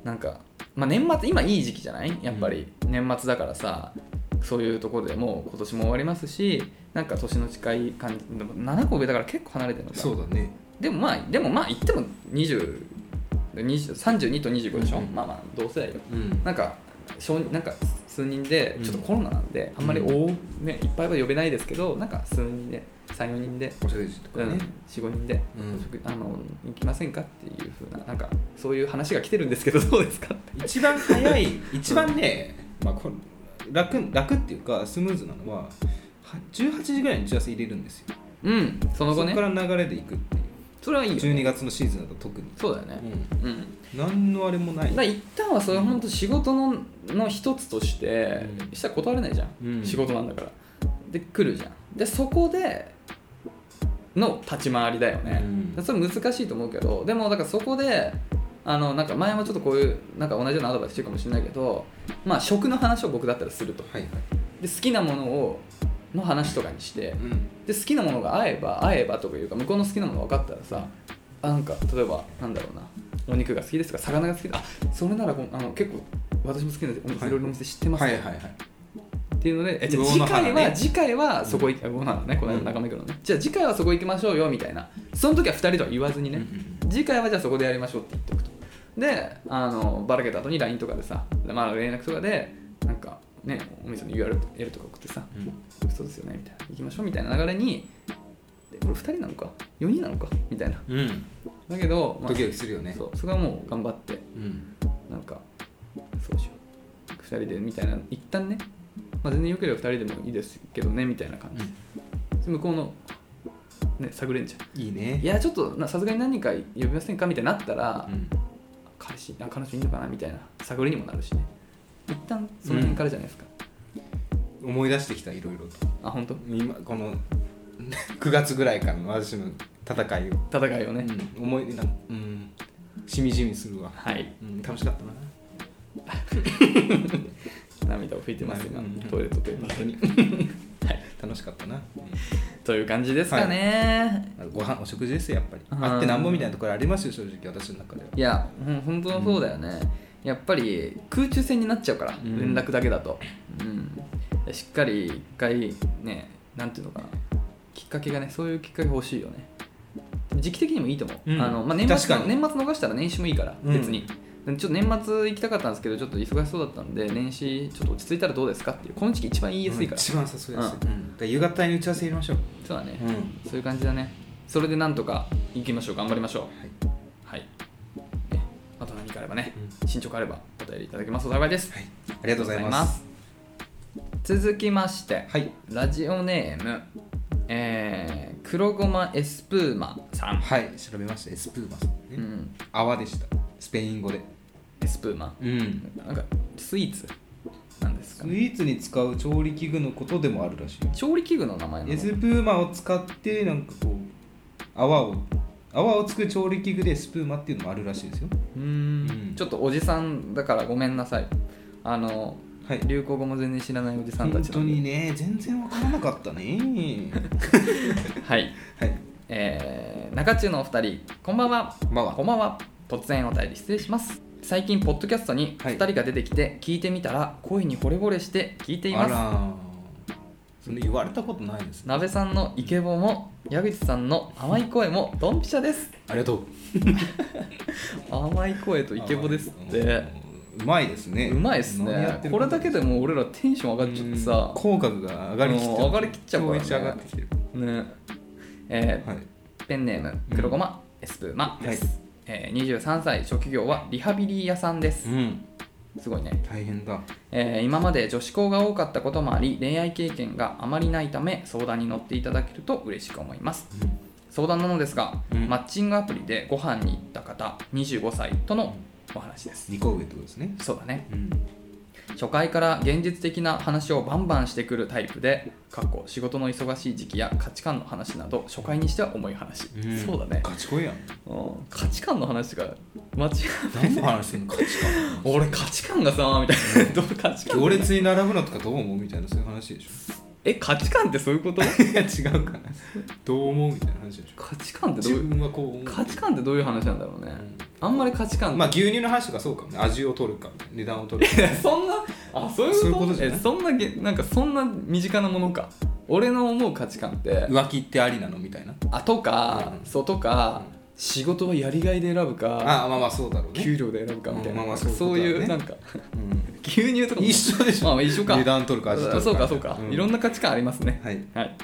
Speaker 2: なんか、まあ、年末今いい時期じゃないやっぱり、年末だからさそういうところでもう今年も終わりますしなんか年の近い感じでも7個上だから結構離れてるのか
Speaker 1: そうだね
Speaker 2: でもまあでもまあ言っても20 20 32と25でしょ、
Speaker 1: うん
Speaker 2: まあまあ同世代よ
Speaker 1: うん
Speaker 2: なんか少なんか数人で
Speaker 1: うん
Speaker 2: ちょっとコロナなんで、あんまり大、ね、いっぱいは呼べないですけどなんか数人で34人で、
Speaker 1: おしゃべりと
Speaker 2: う
Speaker 1: かね、
Speaker 2: ん45人で
Speaker 1: うん
Speaker 2: 食あの行きませんかっていうふうななんかそういう話が来てるんですけどどうですかって。
Speaker 1: 一番早い一番ね、まあ、これ楽楽っていうかスムーズなのはは18時ぐらいに打ち合わせ入れるんですよ
Speaker 2: うんその後
Speaker 1: そ
Speaker 2: ね
Speaker 1: こ
Speaker 2: そ
Speaker 1: から流れでいくっていう
Speaker 2: れはいいよ、
Speaker 1: 12月のシーズンだと特に、
Speaker 2: そうだよね
Speaker 1: う
Speaker 2: うん、
Speaker 1: ん、何のあれもな
Speaker 2: だから
Speaker 1: い
Speaker 2: 一旦はそれ本当仕事のの一つとして、
Speaker 1: うん
Speaker 2: したら断れないじゃん、
Speaker 1: うん
Speaker 2: 仕事なんだからで来るじゃんでそこでの立ち回りだよね、
Speaker 1: うん
Speaker 2: それ難しいと思うけどでもだからそこであのなんか前もちょっとこういうなんか同じようなアドバイスしてるかもしれないけど、まあ、食の話を僕だったらすると
Speaker 1: はいはい、
Speaker 2: で好きなものをの話とかにして
Speaker 1: うん
Speaker 2: で好きなものが合えば合えばとかいうか向こうの好きなもの分かったらさあなんか例えばなんだろうなお肉が好きですとか魚が好きだあそれならこあの結構私も好きなんでお店
Speaker 1: はい
Speaker 2: いろいろお店知ってます、
Speaker 1: はいはいはい
Speaker 2: っていうのでえじゃあ
Speaker 1: 魚
Speaker 2: 次
Speaker 1: の花
Speaker 2: 回は、
Speaker 1: ね
Speaker 2: 次回はそこ行き、あ魚なんだねこの間の中目黒ね、じゃあ次回はそこ行きましょうよみたいなその時は2人とは言わずにね、
Speaker 1: うんうん
Speaker 2: 次回はじゃあそこでやりましょうって言っておくとであのばらけた後に LINE とかでさ、まあ、連絡とかでなんかねお店の URL とか送ってさ
Speaker 1: うん
Speaker 2: そうですよねみたいな行きましょうみたいな流れにえこれ2人なのか4人なのかみたいな
Speaker 1: うん、
Speaker 2: だけど、
Speaker 1: ドキドキするよね
Speaker 2: そうそれはもう頑張って
Speaker 1: うん
Speaker 2: なんかそうしよう2人でみたいな一旦ね、まあ、全然よければ2人でもいいですけどねみたいな感じ、で向こうのね探れんじゃん
Speaker 1: いいね
Speaker 2: いやちょっとなさすがに何人か呼びませんかみたいになったら、
Speaker 1: うん
Speaker 2: 彼氏あ彼女いるのかなみたいな探りにもなるしね一旦その辺からじゃないですか、
Speaker 1: 思い出してきたいろいろと
Speaker 2: あ本当
Speaker 1: 今この 9月ぐらいからの私の戦いを、
Speaker 2: 戦いをね、
Speaker 1: うん、思い出なんかうんしみじみするわ、
Speaker 2: はい
Speaker 1: うん、楽しかったな
Speaker 2: 涙を拭いてます今、
Speaker 1: うん
Speaker 2: トイレットペーパ
Speaker 1: 本
Speaker 2: ー
Speaker 1: 当に楽しかったな、
Speaker 2: という感じですかね、
Speaker 1: うんご飯お食事ですよやっぱり
Speaker 2: うん、
Speaker 1: あってなんぼみたいなところありますよ正直私の中ではい
Speaker 2: やほん本当そうだよね、やっぱり空中戦になっちゃうから、
Speaker 1: うん
Speaker 2: 連絡だけだと、うん、しっかり一回ねなんていうのかなきっかけがねそういうきっかけが欲しいよね時期的にもいいと思う、
Speaker 1: うん
Speaker 2: あのまあ、年末
Speaker 1: 確
Speaker 2: の
Speaker 1: かに
Speaker 2: 年末逃したら年始もいいから
Speaker 1: うん
Speaker 2: 別に、ちょっと年末行きたかったんですけどちょっと忙しそうだったんで年始ちょっと落ち着いたらどうですかっていうこの時期一番言いやすいから、
Speaker 1: 一番誘いやすい、うんだから夕方に打ち合わせ入れましょう、
Speaker 2: そうだね、
Speaker 1: うん
Speaker 2: そういう感じだねそれでなんとか行きましょう頑張りましょうはい、ね、あと何かあればね、進捗あればお便りいただけますと幸いです
Speaker 1: はい、ありがとうございます
Speaker 2: す続きまして
Speaker 1: はい
Speaker 2: ラジオネーム、えー、黒ごまエスプーマさん、
Speaker 1: はい調べましたエスプーマさん
Speaker 2: う
Speaker 1: ね、
Speaker 2: ん、
Speaker 1: 泡でしたスペイン語で
Speaker 2: エスプーマ
Speaker 1: うん
Speaker 2: なんかスイーツなんです
Speaker 1: ス
Speaker 2: か
Speaker 1: イ
Speaker 2: ね
Speaker 1: ーツに使う調理器具のことでもあるらしい
Speaker 2: 調理器具の名前なの
Speaker 1: エスプーマを使ってなんかこう泡を泡を作る調理器具でスプーマっていうのもあるらしいですよ
Speaker 2: うー
Speaker 1: うんん
Speaker 2: ちょっとおじさんだからごめんなさいあの
Speaker 1: はい
Speaker 2: 流行語も全然知らないおじさんた
Speaker 1: 本
Speaker 2: ち
Speaker 1: 当
Speaker 2: なんで
Speaker 1: にね全然わからなか ったね
Speaker 2: はい、
Speaker 1: はい
Speaker 2: えー、中中のお二人こんばんは
Speaker 1: こんばん
Speaker 2: こんばんは突然お便り失礼します最近ポッドキャストに
Speaker 1: はい
Speaker 2: 二人が出てきて聞いてみたら恋に惚れ惚れして聞いています、
Speaker 1: あらそれ言われたことないですね
Speaker 2: 鍋さんのイケボも矢口さんの甘い声もドンピシャです
Speaker 1: ありがとう
Speaker 2: 甘い声とイケボですっ
Speaker 1: うん
Speaker 2: て
Speaker 1: うまいですね
Speaker 2: うまいっす
Speaker 1: 何や
Speaker 2: ね
Speaker 1: ってる
Speaker 2: こ
Speaker 1: か
Speaker 2: れだけでもう俺らテンション上がっちゃってさ
Speaker 1: うん口角が上がりきっちゃ
Speaker 2: うん上がりきっちゃうからね
Speaker 1: 上上がってきてる
Speaker 2: ねえー
Speaker 1: はい
Speaker 2: ペンネーム黒ごま、エスプーマです、
Speaker 1: は
Speaker 2: えー23歳職業はリハビリ屋さんです
Speaker 1: うん
Speaker 2: すごいね、
Speaker 1: 大変だ
Speaker 2: えー今まで女子校が多かったこともあり恋愛経験があまりないため相談に乗っていただけると嬉しく思います相談なのですが、
Speaker 1: うん
Speaker 2: マッチングアプリでご飯に行った方25歳とのお話です、
Speaker 1: 2個上ってことですね
Speaker 2: そうだね
Speaker 1: うん
Speaker 2: 初回から現実的な話をバンバンしてくるタイプで過去仕事の忙しい時期や価値観の話など初回にしては重い話、
Speaker 1: ん
Speaker 2: そうだね
Speaker 1: かちこいやん
Speaker 2: うん価値観の話が間違
Speaker 1: 何の話してんの価値観
Speaker 2: い俺価値観がさみたいな どう価値 観
Speaker 1: 行列に並ぶのとかどう思うみたいなそういう話でし
Speaker 2: え価値観ってそういうこと
Speaker 1: ょ いや違うかなどう思うみたいな話でしょ
Speaker 2: 価値観ってどう
Speaker 1: 自
Speaker 2: いう
Speaker 1: 分はこう思う
Speaker 2: 価値観ってどういう話なんだろうね、あんまり価値観
Speaker 1: まあ牛乳の話とかそうかもね味を取るか値段を取 るか
Speaker 2: そんなあそう
Speaker 1: そういう
Speaker 2: い
Speaker 1: う
Speaker 2: こ
Speaker 1: こととじゃない
Speaker 2: えそんなげなんかそんな身近なものか俺の思う価値観って
Speaker 1: 浮気ってありなのみたいな
Speaker 2: あとか、
Speaker 1: うん
Speaker 2: そうとか、
Speaker 1: うん
Speaker 2: 仕事はやりがいで選ぶか、
Speaker 1: ああまあまあそうだろうね、
Speaker 2: 給料で選ぶかみたいな、
Speaker 1: まあまあそういうことだね
Speaker 2: そういうなんか
Speaker 1: うん
Speaker 2: 牛乳とか も
Speaker 1: 一緒でしょ
Speaker 2: まあまあ一緒か
Speaker 1: 値段取るか味取るか
Speaker 2: そうかそうか、いろん
Speaker 1: な
Speaker 2: な価値観ありますね
Speaker 1: はい
Speaker 2: はい、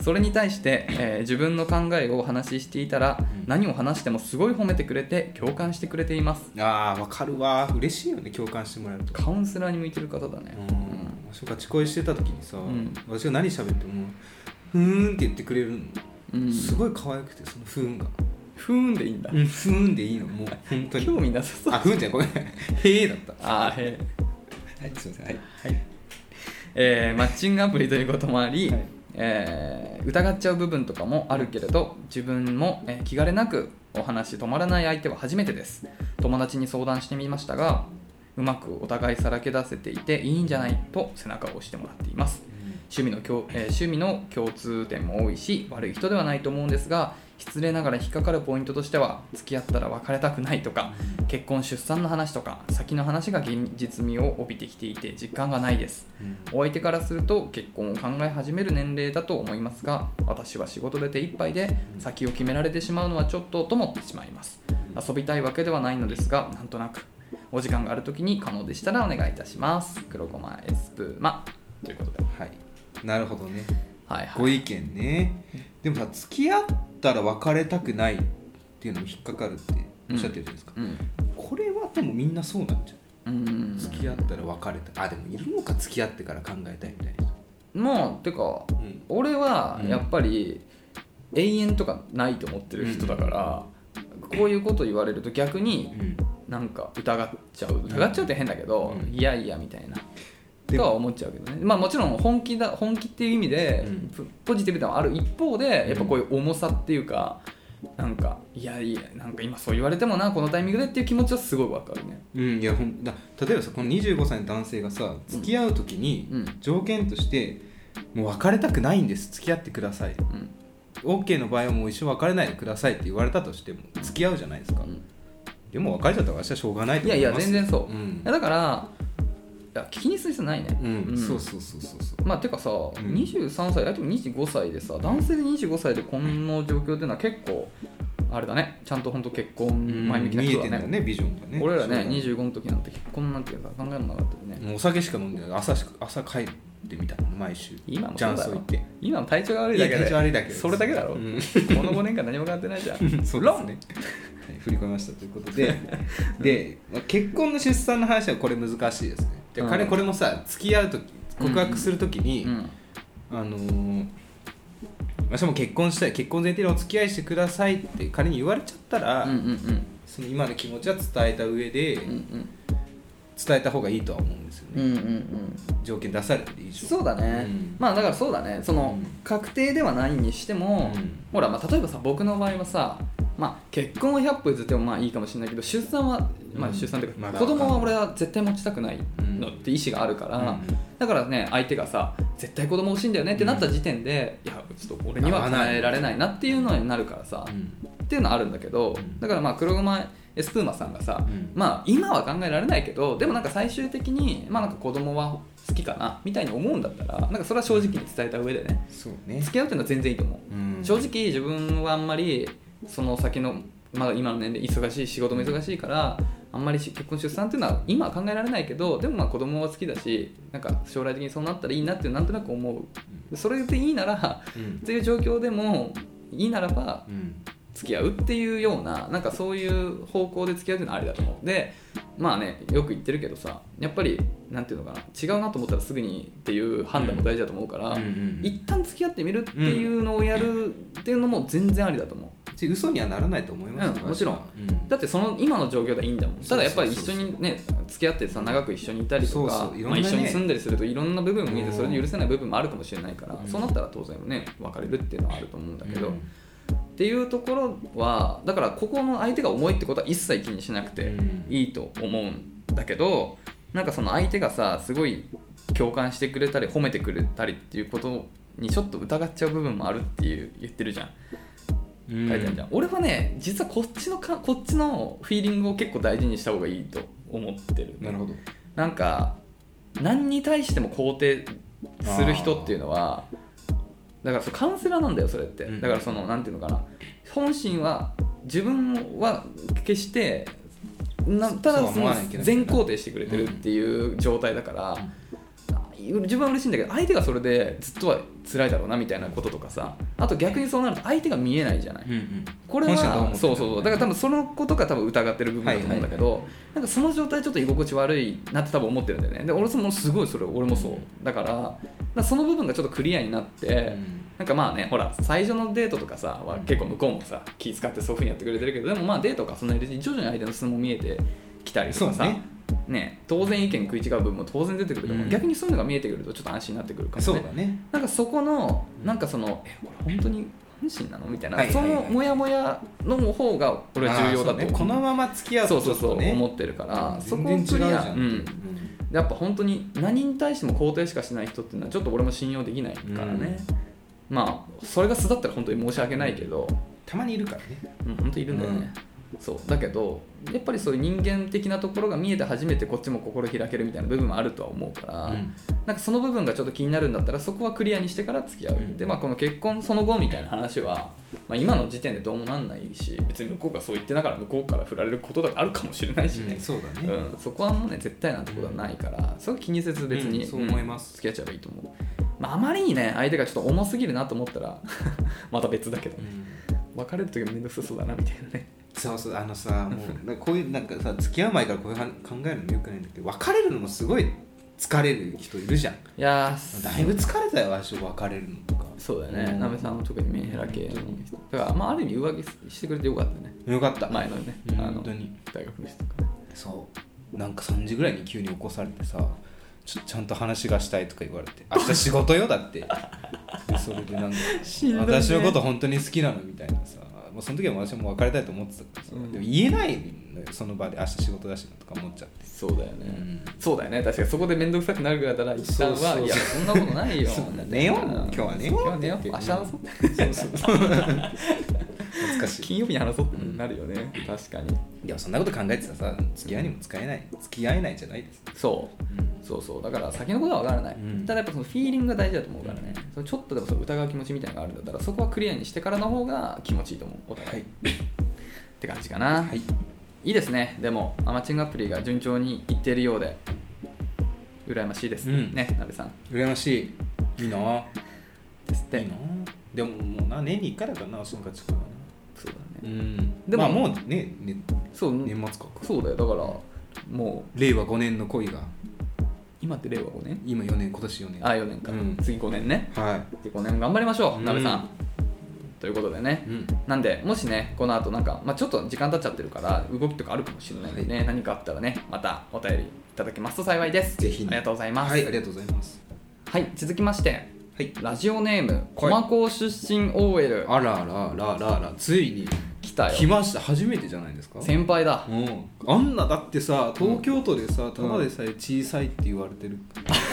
Speaker 2: それに対して、えー自分の考えをお話ししていたら、
Speaker 1: うん
Speaker 2: 何を話してもすごい褒めてくれて共感してくれています
Speaker 1: ああわかるわ嬉しいよね共感してもらえると
Speaker 2: カウンセラーに向いてる方だね
Speaker 1: うん私が遅刻してた時にさ、
Speaker 2: ん
Speaker 1: 私が何喋っても「ふーん」って言ってくれるの、
Speaker 2: うん、うん
Speaker 1: すごい可愛くてその「ふーんが」
Speaker 2: ふーんでいいんだ、
Speaker 1: うん「ふーん」でいいのもう本当
Speaker 2: 興
Speaker 1: に
Speaker 2: 味なさそう
Speaker 1: あ「ふーん」じゃないごめん「へえ」だった
Speaker 2: あーへ
Speaker 1: はいすいませんはい
Speaker 2: ーはいえーマッチングアプリということもあり、
Speaker 1: はい
Speaker 2: えー疑っちゃう部分とかもあるけれど自分も、えー気兼ねなくお話止まらない相手は初めてです友達に相談してみましたがうまくお互いさらけ出せていていいんじゃないと背中を押してもらっています趣味の共、えー趣味の共通点も多いし悪い人ではないと思うんですが失礼ながら引っかかるポイントとしては付き合ったら別れたくないとか結婚出産の話とか先の話が現実味を帯びてきていて実感がないですお相手からすると結婚を考え始める年齢だと思いますが私は仕事で手一杯で先を決められてしまうのはちょっとと思ってしまいます遊びたいわけではないのですがなんとなくお時間がある時に可能でしたらお願いいたします黒ごまエスプーマということで
Speaker 1: はいなるほどね
Speaker 2: はいはい
Speaker 1: ご意見ねでもさ付き合ったら別れたくないっていうのも引っかかるっておっしゃってるじゃないですか、
Speaker 2: うん
Speaker 1: これはでもみんなそうなんじゃない
Speaker 2: うん
Speaker 1: 付き合ったら別れたあでもいるのか付き合ってから考えたいみたいな人
Speaker 2: もうてか
Speaker 1: うん
Speaker 2: 俺は
Speaker 1: うん
Speaker 2: やっぱり永遠とかないと思ってる人だから、こういうこと言われると逆に
Speaker 1: うん
Speaker 2: なんか疑っちゃう疑っちゃうって変だけど、
Speaker 1: うん
Speaker 2: いやいやみたいな
Speaker 1: で
Speaker 2: とは思っちゃうけどねまあもちろん本気だ本気っていう意味で、
Speaker 1: うん
Speaker 2: ポポジティブでもある一方でやっぱこういう重さっていうかなんかいやいやなんか今そう言われてもなこのタイミングでっていう気持ちはすごいわかるね
Speaker 1: うん、いやほんだ例えばさこの25歳の男性がさ付き合う時に
Speaker 2: うん
Speaker 1: 条件として「もう別れたくないんです付き合ってください」
Speaker 2: うん
Speaker 1: OK の場合はもう一生別れないでくださいって言われたとしても付き合うじゃないですか、
Speaker 2: うん
Speaker 1: でも別れちゃったから私はしょうがないと
Speaker 2: い
Speaker 1: 思
Speaker 2: やい
Speaker 1: い
Speaker 2: や
Speaker 1: ます
Speaker 2: 全然そう、
Speaker 1: う
Speaker 2: い
Speaker 1: ん
Speaker 2: や、だからいや気にする必要ないね
Speaker 1: うん
Speaker 2: うん
Speaker 1: そうそうそうそうそう
Speaker 2: まあてかさ、
Speaker 1: ん
Speaker 2: 23歳相手も25歳でさ男性で25歳でこの状況っていうのは結構あれだねちゃんと本当結婚前向きな
Speaker 1: 見え
Speaker 2: 人
Speaker 1: てん
Speaker 2: だ
Speaker 1: だね
Speaker 2: ね,、
Speaker 1: ビジョンがね
Speaker 2: 俺らね
Speaker 1: そう
Speaker 2: 25の時なんて結婚なんていうか考えもなかったよね、
Speaker 1: もうお酒しか飲んでない朝しか朝帰ってみたいな毎週
Speaker 2: 今も
Speaker 1: ジ
Speaker 2: そ
Speaker 1: ャ
Speaker 2: う
Speaker 1: ン
Speaker 2: だ
Speaker 1: ソ
Speaker 2: ろ
Speaker 1: 行って
Speaker 2: 今も体調が悪いだけ
Speaker 1: いや
Speaker 2: で
Speaker 1: 体調悪いだけです
Speaker 2: それだけだ
Speaker 1: う
Speaker 2: ろ、こ
Speaker 1: ん
Speaker 2: の5年間何も変わってないじ ゃん
Speaker 1: そうですね。はい、振り込みましたということ で、で、まあ結婚の出産の話はこれ難しいですね。で、
Speaker 2: うん
Speaker 1: 彼これもさ、付き合うとき、告白するときに、
Speaker 2: うん
Speaker 1: あのー私も結婚したい結婚前提でお付き合いしてくださいって仮に言われちゃったら、
Speaker 2: うんうん
Speaker 1: その今の気持ちは伝えた上で
Speaker 2: うんうん
Speaker 1: 伝えた方がいいとは思うんですよ
Speaker 2: うんう
Speaker 1: ね、
Speaker 2: んうん
Speaker 1: 条件出されて以上
Speaker 2: そうだね、
Speaker 1: うん
Speaker 2: まあだからそうだねその、
Speaker 1: うん
Speaker 2: 確定ではないにしても、
Speaker 1: うん
Speaker 2: ほら、まあ、例えばさ僕の場合はさ、まあ、結婚は100歩譲ってもまあいいかもしれないけど出産は、ま
Speaker 1: うん
Speaker 2: あ、出産というか、
Speaker 1: まだ
Speaker 2: 子供は俺は絶対持ちたくないのって意思があるから、
Speaker 1: うん
Speaker 2: だからね相手がさ絶対子供欲しいんだよねってなった時点で、いやちょっと俺には叶えられないなっていうのになるからさ、っていうのはあるんだけど、
Speaker 1: うん
Speaker 2: だからまあ黒熊エスプーマさんがさ、
Speaker 1: うん
Speaker 2: まあ今は考えられないけどでもなんか最終的にまあなんか子供は好きかなみたいに思うんだったらなんかそれは正直に伝えた上でね
Speaker 1: そうね
Speaker 2: 付、き合うっていうのは全然いいと思う、
Speaker 1: うん
Speaker 2: 正直自分はあんまりその先のまだ今の年齢忙しい仕事も忙しいからあんまりし結婚出産っていうのは今は考えられないけどでもまあ子供は好きだしなんか将来的にそうなったらいいなってなんとなく思うそれでいいなら
Speaker 1: うん
Speaker 2: っていう状況でもいいならば
Speaker 1: うん
Speaker 2: 付き合うっていうようななんかそういう方向で付き合うっていうのはありだと思うでまあねよく言ってるけどさやっぱりなんていうのかな違うなと思ったらすぐにっていう判断も大事だと思うから、
Speaker 1: うんうん
Speaker 2: 一旦付き合ってみるっていうのをやるっていうのも全然ありだと思う
Speaker 1: で嘘にはならないと思いますよ
Speaker 2: うんもちろん
Speaker 1: うん
Speaker 2: だってその今の状況でいいんだもんただやっぱり
Speaker 1: そう
Speaker 2: 一
Speaker 1: そ
Speaker 2: 緒
Speaker 1: うそう
Speaker 2: にね付き合ってさ長く一緒にいたりとか
Speaker 1: そうそういろん
Speaker 2: ま
Speaker 1: な
Speaker 2: あ、
Speaker 1: ね
Speaker 2: 一緒に住んだりするといろんな部分も見えてそれで許せない部分もあるかもしれないから、
Speaker 1: うん
Speaker 2: そうなったら当然ね別れるっていうのはあると思うんだけど、
Speaker 1: う
Speaker 2: っ
Speaker 1: ん
Speaker 2: ていうところはだからここの相手が重いってことは一切気にしなくて、
Speaker 1: うん
Speaker 2: いいと思うんだけどなんかその相手がさすごい共感してくれたり褒めてくれたりっていうことにちょっと疑っちゃう部分もあるっていう言ってるじゃん
Speaker 1: うん
Speaker 2: 書いてあるじゃん、俺はね実はこっちのかこっちのフィーリングを結構大事にした方がいいと思ってる
Speaker 1: なるほど
Speaker 2: なんか何に対しても肯定する人っていうのはだからそうカウンセラーなんだよそれって
Speaker 1: うん
Speaker 2: だからそのなんていうのかな本心は自分は決してなた
Speaker 1: そう
Speaker 2: だ
Speaker 1: は
Speaker 2: そ
Speaker 1: 思
Speaker 2: の
Speaker 1: わなきゃいけない
Speaker 2: 全肯定してくれてるっていう状態だから、自分は嬉しいんだけど相手がそれでずっとは辛いだろうなみたいなこととかさあと逆にそうなると相手が見えないじゃない、
Speaker 1: うんうん
Speaker 2: これ
Speaker 1: 本心はどう思
Speaker 2: は
Speaker 1: って
Speaker 2: そうそうそうだから多分そのことが多分疑ってる部分だと思うんだけど、なんかその状態ちょっと居心地悪いなって多分思ってるんだよねで俺もすごいそれ俺もそうだからだからその部分がちょっとクリアになって、
Speaker 1: うん
Speaker 2: なんかまあねほら最初のデートとかさは結構向こうもさ気遣ってそういうふうにやってくれてるけどでもまあデートかそんなに別に徐々に相手の素も見えてきたりとかさ
Speaker 1: そうね
Speaker 2: ね当然意見食い違う部分も当然出てくると思う、
Speaker 1: うん
Speaker 2: 逆にそういうのが見えてくるとちょっと安心になってくるからね
Speaker 1: そうだね
Speaker 2: なんかそこのなんかそのえこれ本当に本心なのみたいな、
Speaker 1: はいはいはい
Speaker 2: そのモヤモヤの方が俺は
Speaker 1: あ
Speaker 2: 重要だ
Speaker 1: ーそう
Speaker 2: と
Speaker 1: ね
Speaker 2: 思う
Speaker 1: このまま付き合う
Speaker 2: そ
Speaker 1: と
Speaker 2: う
Speaker 1: ち
Speaker 2: そ
Speaker 1: ょ
Speaker 2: う
Speaker 1: っと
Speaker 2: そう
Speaker 1: ね
Speaker 2: 思ってるからそこを
Speaker 1: 全然
Speaker 2: クリ
Speaker 1: 違うじ
Speaker 2: ア
Speaker 1: ゃん
Speaker 2: うんやっぱ本当に何に対しても肯定しかしない人っていうのはちょっと俺も信用できないからね、まあそれが素だったら本当に申し訳ないけど、
Speaker 1: たまにいるからね
Speaker 2: うん、本当いるんだよね、そうだけどやっぱりそういう人間的なところが見えて初めてこっちも心開けるみたいな部分もあるとは思うから、なんかその部分がちょっと気になるんだったらそこはクリアにしてから付き合う、
Speaker 1: うん
Speaker 2: でまあこの結婚その後みたいな話は、まあ、今の時点でどうもなんないし別に向こうがそう言ってながら向こうから振られることだってあるかもしれないし
Speaker 1: う
Speaker 2: ね
Speaker 1: ん、そうだ
Speaker 2: うん
Speaker 1: ね
Speaker 2: そこはもうね絶対なんてことはないから、それは気にせず別に、
Speaker 1: うんそう思います
Speaker 2: うん付き合っちゃえばいいと思う、まあ、あまりにね相手がちょっと重すぎるなと思ったら また別だけど
Speaker 1: う
Speaker 2: ね
Speaker 1: ん
Speaker 2: 別れる時も面倒くさそうだなみたいなね
Speaker 1: そうそうあのさもうなんかこういうなんかさ付き合う前からこういうは考えるのもよくないんだけど別れるのもすごい疲れる人いるじゃん
Speaker 2: いや
Speaker 1: だいぶ疲れたよ私別れるのとか
Speaker 2: そうだよね、
Speaker 1: うん
Speaker 2: なべさんも特にメンヘラ系の人だから、まあ、ある意味上着してくれてよかったね
Speaker 1: よかった
Speaker 2: 前のね
Speaker 1: うん
Speaker 2: あの
Speaker 1: 本当に
Speaker 2: 大学の人とかね
Speaker 1: そうなんか3時ぐらいに急に起こされてさちょちゃんと話がしたいとか言われて明日仕事よだってでそれでなんか
Speaker 2: しんどいね
Speaker 1: 私のこと本当に好きなのみたいなさもうその時は私も別れたいと思ってたからさ、
Speaker 2: うん
Speaker 1: でも言えないのよその場で明日仕事だしなとか思っちゃって
Speaker 2: そうだよね、
Speaker 1: うん
Speaker 2: そうだよね確かにそこで面倒くさくなるぐらいだったら一旦は
Speaker 1: そうそうそう
Speaker 2: いやそんなことないよ
Speaker 1: そう寝よう今日は寝よう
Speaker 2: 今日は寝よう
Speaker 1: って言
Speaker 2: 明
Speaker 1: っ
Speaker 2: 日
Speaker 1: て
Speaker 2: 話そ
Speaker 1: そう
Speaker 2: う
Speaker 1: そうそう懐かしい
Speaker 2: 金曜日に話そうってなるよね、確かに
Speaker 1: でもそんなこと考えてたらさ付き合いにも使えない付き合えないじゃないですか、
Speaker 2: そうそうそうだから先のことは分からない、
Speaker 1: うん
Speaker 2: ただやっぱそのフィーリングが大事だと思うからね、そのちょっとでもその疑う気持ちみたいなのがあるんだったらそこはクリアにしてからの方が気持ちいいと思うお互い、
Speaker 1: はい
Speaker 2: って感じかな、
Speaker 1: はい
Speaker 2: い、いですねでもアマチュングアプリが順調にいっているようで羨ましいです、
Speaker 1: うん
Speaker 2: ねなべさん
Speaker 1: 羨ましいいいな
Speaker 2: ですって
Speaker 1: いいなでももうな年に1回だからなその価値観はな
Speaker 2: そうだね
Speaker 1: うん
Speaker 2: でも
Speaker 1: まあもうねね
Speaker 2: そう
Speaker 1: 年末か
Speaker 2: そうだよだからも
Speaker 1: 令和5年の恋が
Speaker 2: 今って令和5年
Speaker 1: 今4年今年4年
Speaker 2: あ4年か、
Speaker 1: うん
Speaker 2: 次5年ね
Speaker 1: は
Speaker 2: 次5年頑張りましょ
Speaker 1: う
Speaker 2: うんなべさんということでね
Speaker 1: い、うん、
Speaker 2: なんでもしねこの後なんか、まあ、ちょっと時間経っちゃってるから動きとかあるかもしれないんでね、何かあったらねまたお便りいただけますと幸いです
Speaker 1: ぜひね
Speaker 2: ありがとうございます
Speaker 1: はいありがとうございます
Speaker 2: はい続きまして
Speaker 1: はい
Speaker 2: ラジオネーム駒高出身 OL
Speaker 1: あらあらあらあらあらついに
Speaker 2: 来たよ
Speaker 1: 来ました初めてじゃないですか
Speaker 2: 先輩だ
Speaker 1: うん、あんなだってさ東京都でさ、ただでさえ小さいって言われてる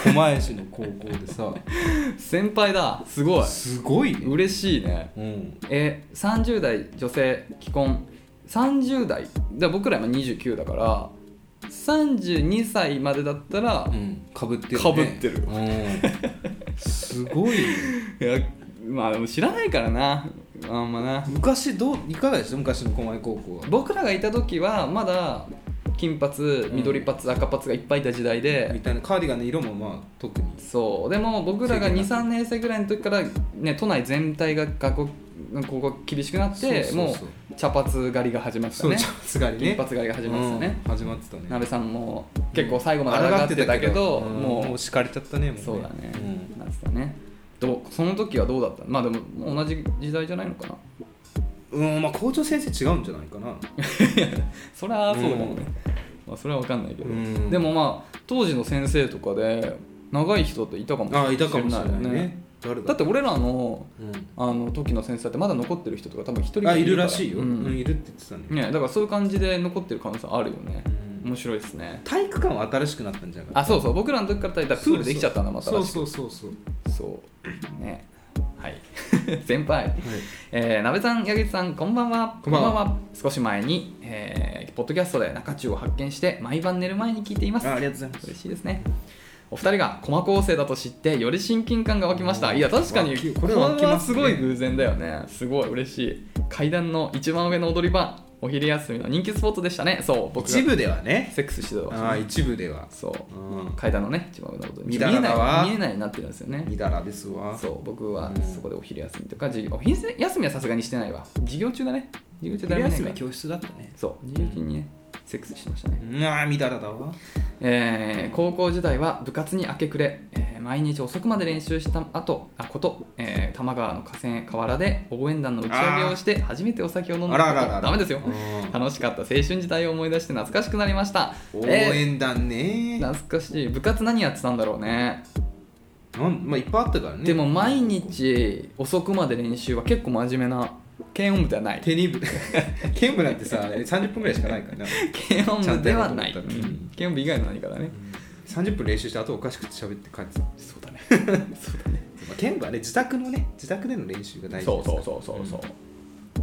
Speaker 1: 狛江市の高校で さ
Speaker 2: 先輩だすごい
Speaker 1: すごいね、
Speaker 2: 嬉しいね
Speaker 1: うん、
Speaker 2: え30代女性既婚30代で僕ら今29だから32歳までだったら、
Speaker 1: かぶってる、ね、
Speaker 2: 被ってる
Speaker 1: うん、すごいね
Speaker 2: いやまあでも知らないからなあんまな
Speaker 1: 昔どういかがでした昔の狛江高校は
Speaker 2: 僕らがいた時はまだ金髪緑髪赤髪がいっぱいいた時代
Speaker 1: み
Speaker 2: で、
Speaker 1: たいなカーディガンの色もまあ特に
Speaker 2: そうでも僕らが
Speaker 1: 制限なく
Speaker 2: 23年生ぐらいの時から、ね、都内全体が学校ここが厳しくなって
Speaker 1: そう
Speaker 2: も
Speaker 1: そう
Speaker 2: う茶髪狩りが始まってた
Speaker 1: そう
Speaker 2: ね
Speaker 1: 茶髪狩りね
Speaker 2: 金髪狩りが始まってたね、
Speaker 1: うん始まってたね
Speaker 2: 鍋さんも結構最後まで抗ってたけど、
Speaker 1: うん
Speaker 2: もう
Speaker 1: もう敷かれちゃったねもうね
Speaker 2: そうだね、
Speaker 1: うん
Speaker 2: なんつったねどうその時はどうだったまあでも同じ時代じゃないのかな
Speaker 1: うんまあ校長先生違うんじゃないかな
Speaker 2: そりゃそうだよね、まあ、それは分かんないけど、
Speaker 1: うん
Speaker 2: でもまあ当時の先生とかで長い人っていたかもしれない
Speaker 1: あいたかもしれないね誰、
Speaker 2: だってて俺らの
Speaker 1: うん
Speaker 2: あの時の先生だってまだ残ってる人とか多分一人
Speaker 1: あ
Speaker 2: か
Speaker 1: いる
Speaker 2: から
Speaker 1: しいよ、
Speaker 2: う
Speaker 1: うんんいるって言ってたね、
Speaker 2: ね、だからそういう感じで残ってる可能性あるよね
Speaker 1: うん
Speaker 2: 面白いですね
Speaker 1: 体育館は新しくなったんじゃない
Speaker 2: あそうそう僕らの時からだったらプールできちゃったんだまた
Speaker 1: そう
Speaker 2: らしく
Speaker 1: そうそうそう
Speaker 2: そうねはい 先輩
Speaker 1: はい
Speaker 2: えー、なべさん、矢口さん、こんばんは。
Speaker 1: こんばんは
Speaker 2: 少し前に、えーポッドキャストで中中を発見して、毎晩寝る前に聞いています。
Speaker 1: あありがとうございます
Speaker 2: 嬉しいですね。お二人が駒高生だと知って、より親近感が湧きました。
Speaker 1: おー
Speaker 2: いや、確かに、
Speaker 1: 湧き
Speaker 2: こ
Speaker 1: こ
Speaker 2: れ
Speaker 1: れ
Speaker 2: は
Speaker 1: 湧きますすね
Speaker 2: ごい偶然だよね。すごい嬉しい。階段の一番上の踊り場、お昼休みの人気スポットでしたね。そう、僕
Speaker 1: 一
Speaker 2: が
Speaker 1: 部ではね
Speaker 2: セックスしてた場所
Speaker 1: あ
Speaker 2: ね
Speaker 1: 一部では
Speaker 2: そう、
Speaker 1: うん
Speaker 2: 階段のね、一番上の踊り
Speaker 1: 見
Speaker 2: 場。
Speaker 1: た
Speaker 2: 見え
Speaker 1: らだ
Speaker 2: な
Speaker 1: わ
Speaker 2: い、見えないようになってるんですよね。
Speaker 1: みだらですわ
Speaker 2: そう僕は
Speaker 1: うん
Speaker 2: そこでお昼休みとか授業お昼休みはさすがにしてないわ授業中だね授業中だ
Speaker 1: 昼
Speaker 2: ね
Speaker 1: 休みは教室だったね
Speaker 2: そう授業中にねセックスしてましたね、
Speaker 1: うわみだらだわ
Speaker 2: えー高校時代は部活に明け暮れ、えー毎日遅くまで練習した後あこと、えー多摩川の河川河原で応援団の打ち上げをして初めてお酒を飲んだ
Speaker 1: あらあらあらあら
Speaker 2: ダメですよ
Speaker 1: うん
Speaker 2: 楽しかった青春時代を思い出して懐かしくなりました
Speaker 1: 応
Speaker 2: え
Speaker 1: 援団ね
Speaker 2: ー懐かしい部活何やってたんだろうね
Speaker 1: なんまあいっぱいあったからね
Speaker 2: でも毎日遅くまで練習は結構真面目な軽音部ではない
Speaker 1: 手に部 剣部なんてさ30分ぐらいしかないからな
Speaker 2: 軽音部ではない
Speaker 1: ちゃんとやろうと思ったら
Speaker 2: 軽音部以外の何かだね
Speaker 1: 30分練習してあとおかしくて喋って帰ってた、ま
Speaker 2: そうだね
Speaker 1: あ、剣部はね自宅のね自宅での練習が大事
Speaker 2: そう
Speaker 1: ですか
Speaker 2: そう
Speaker 1: ら
Speaker 2: そうそうそ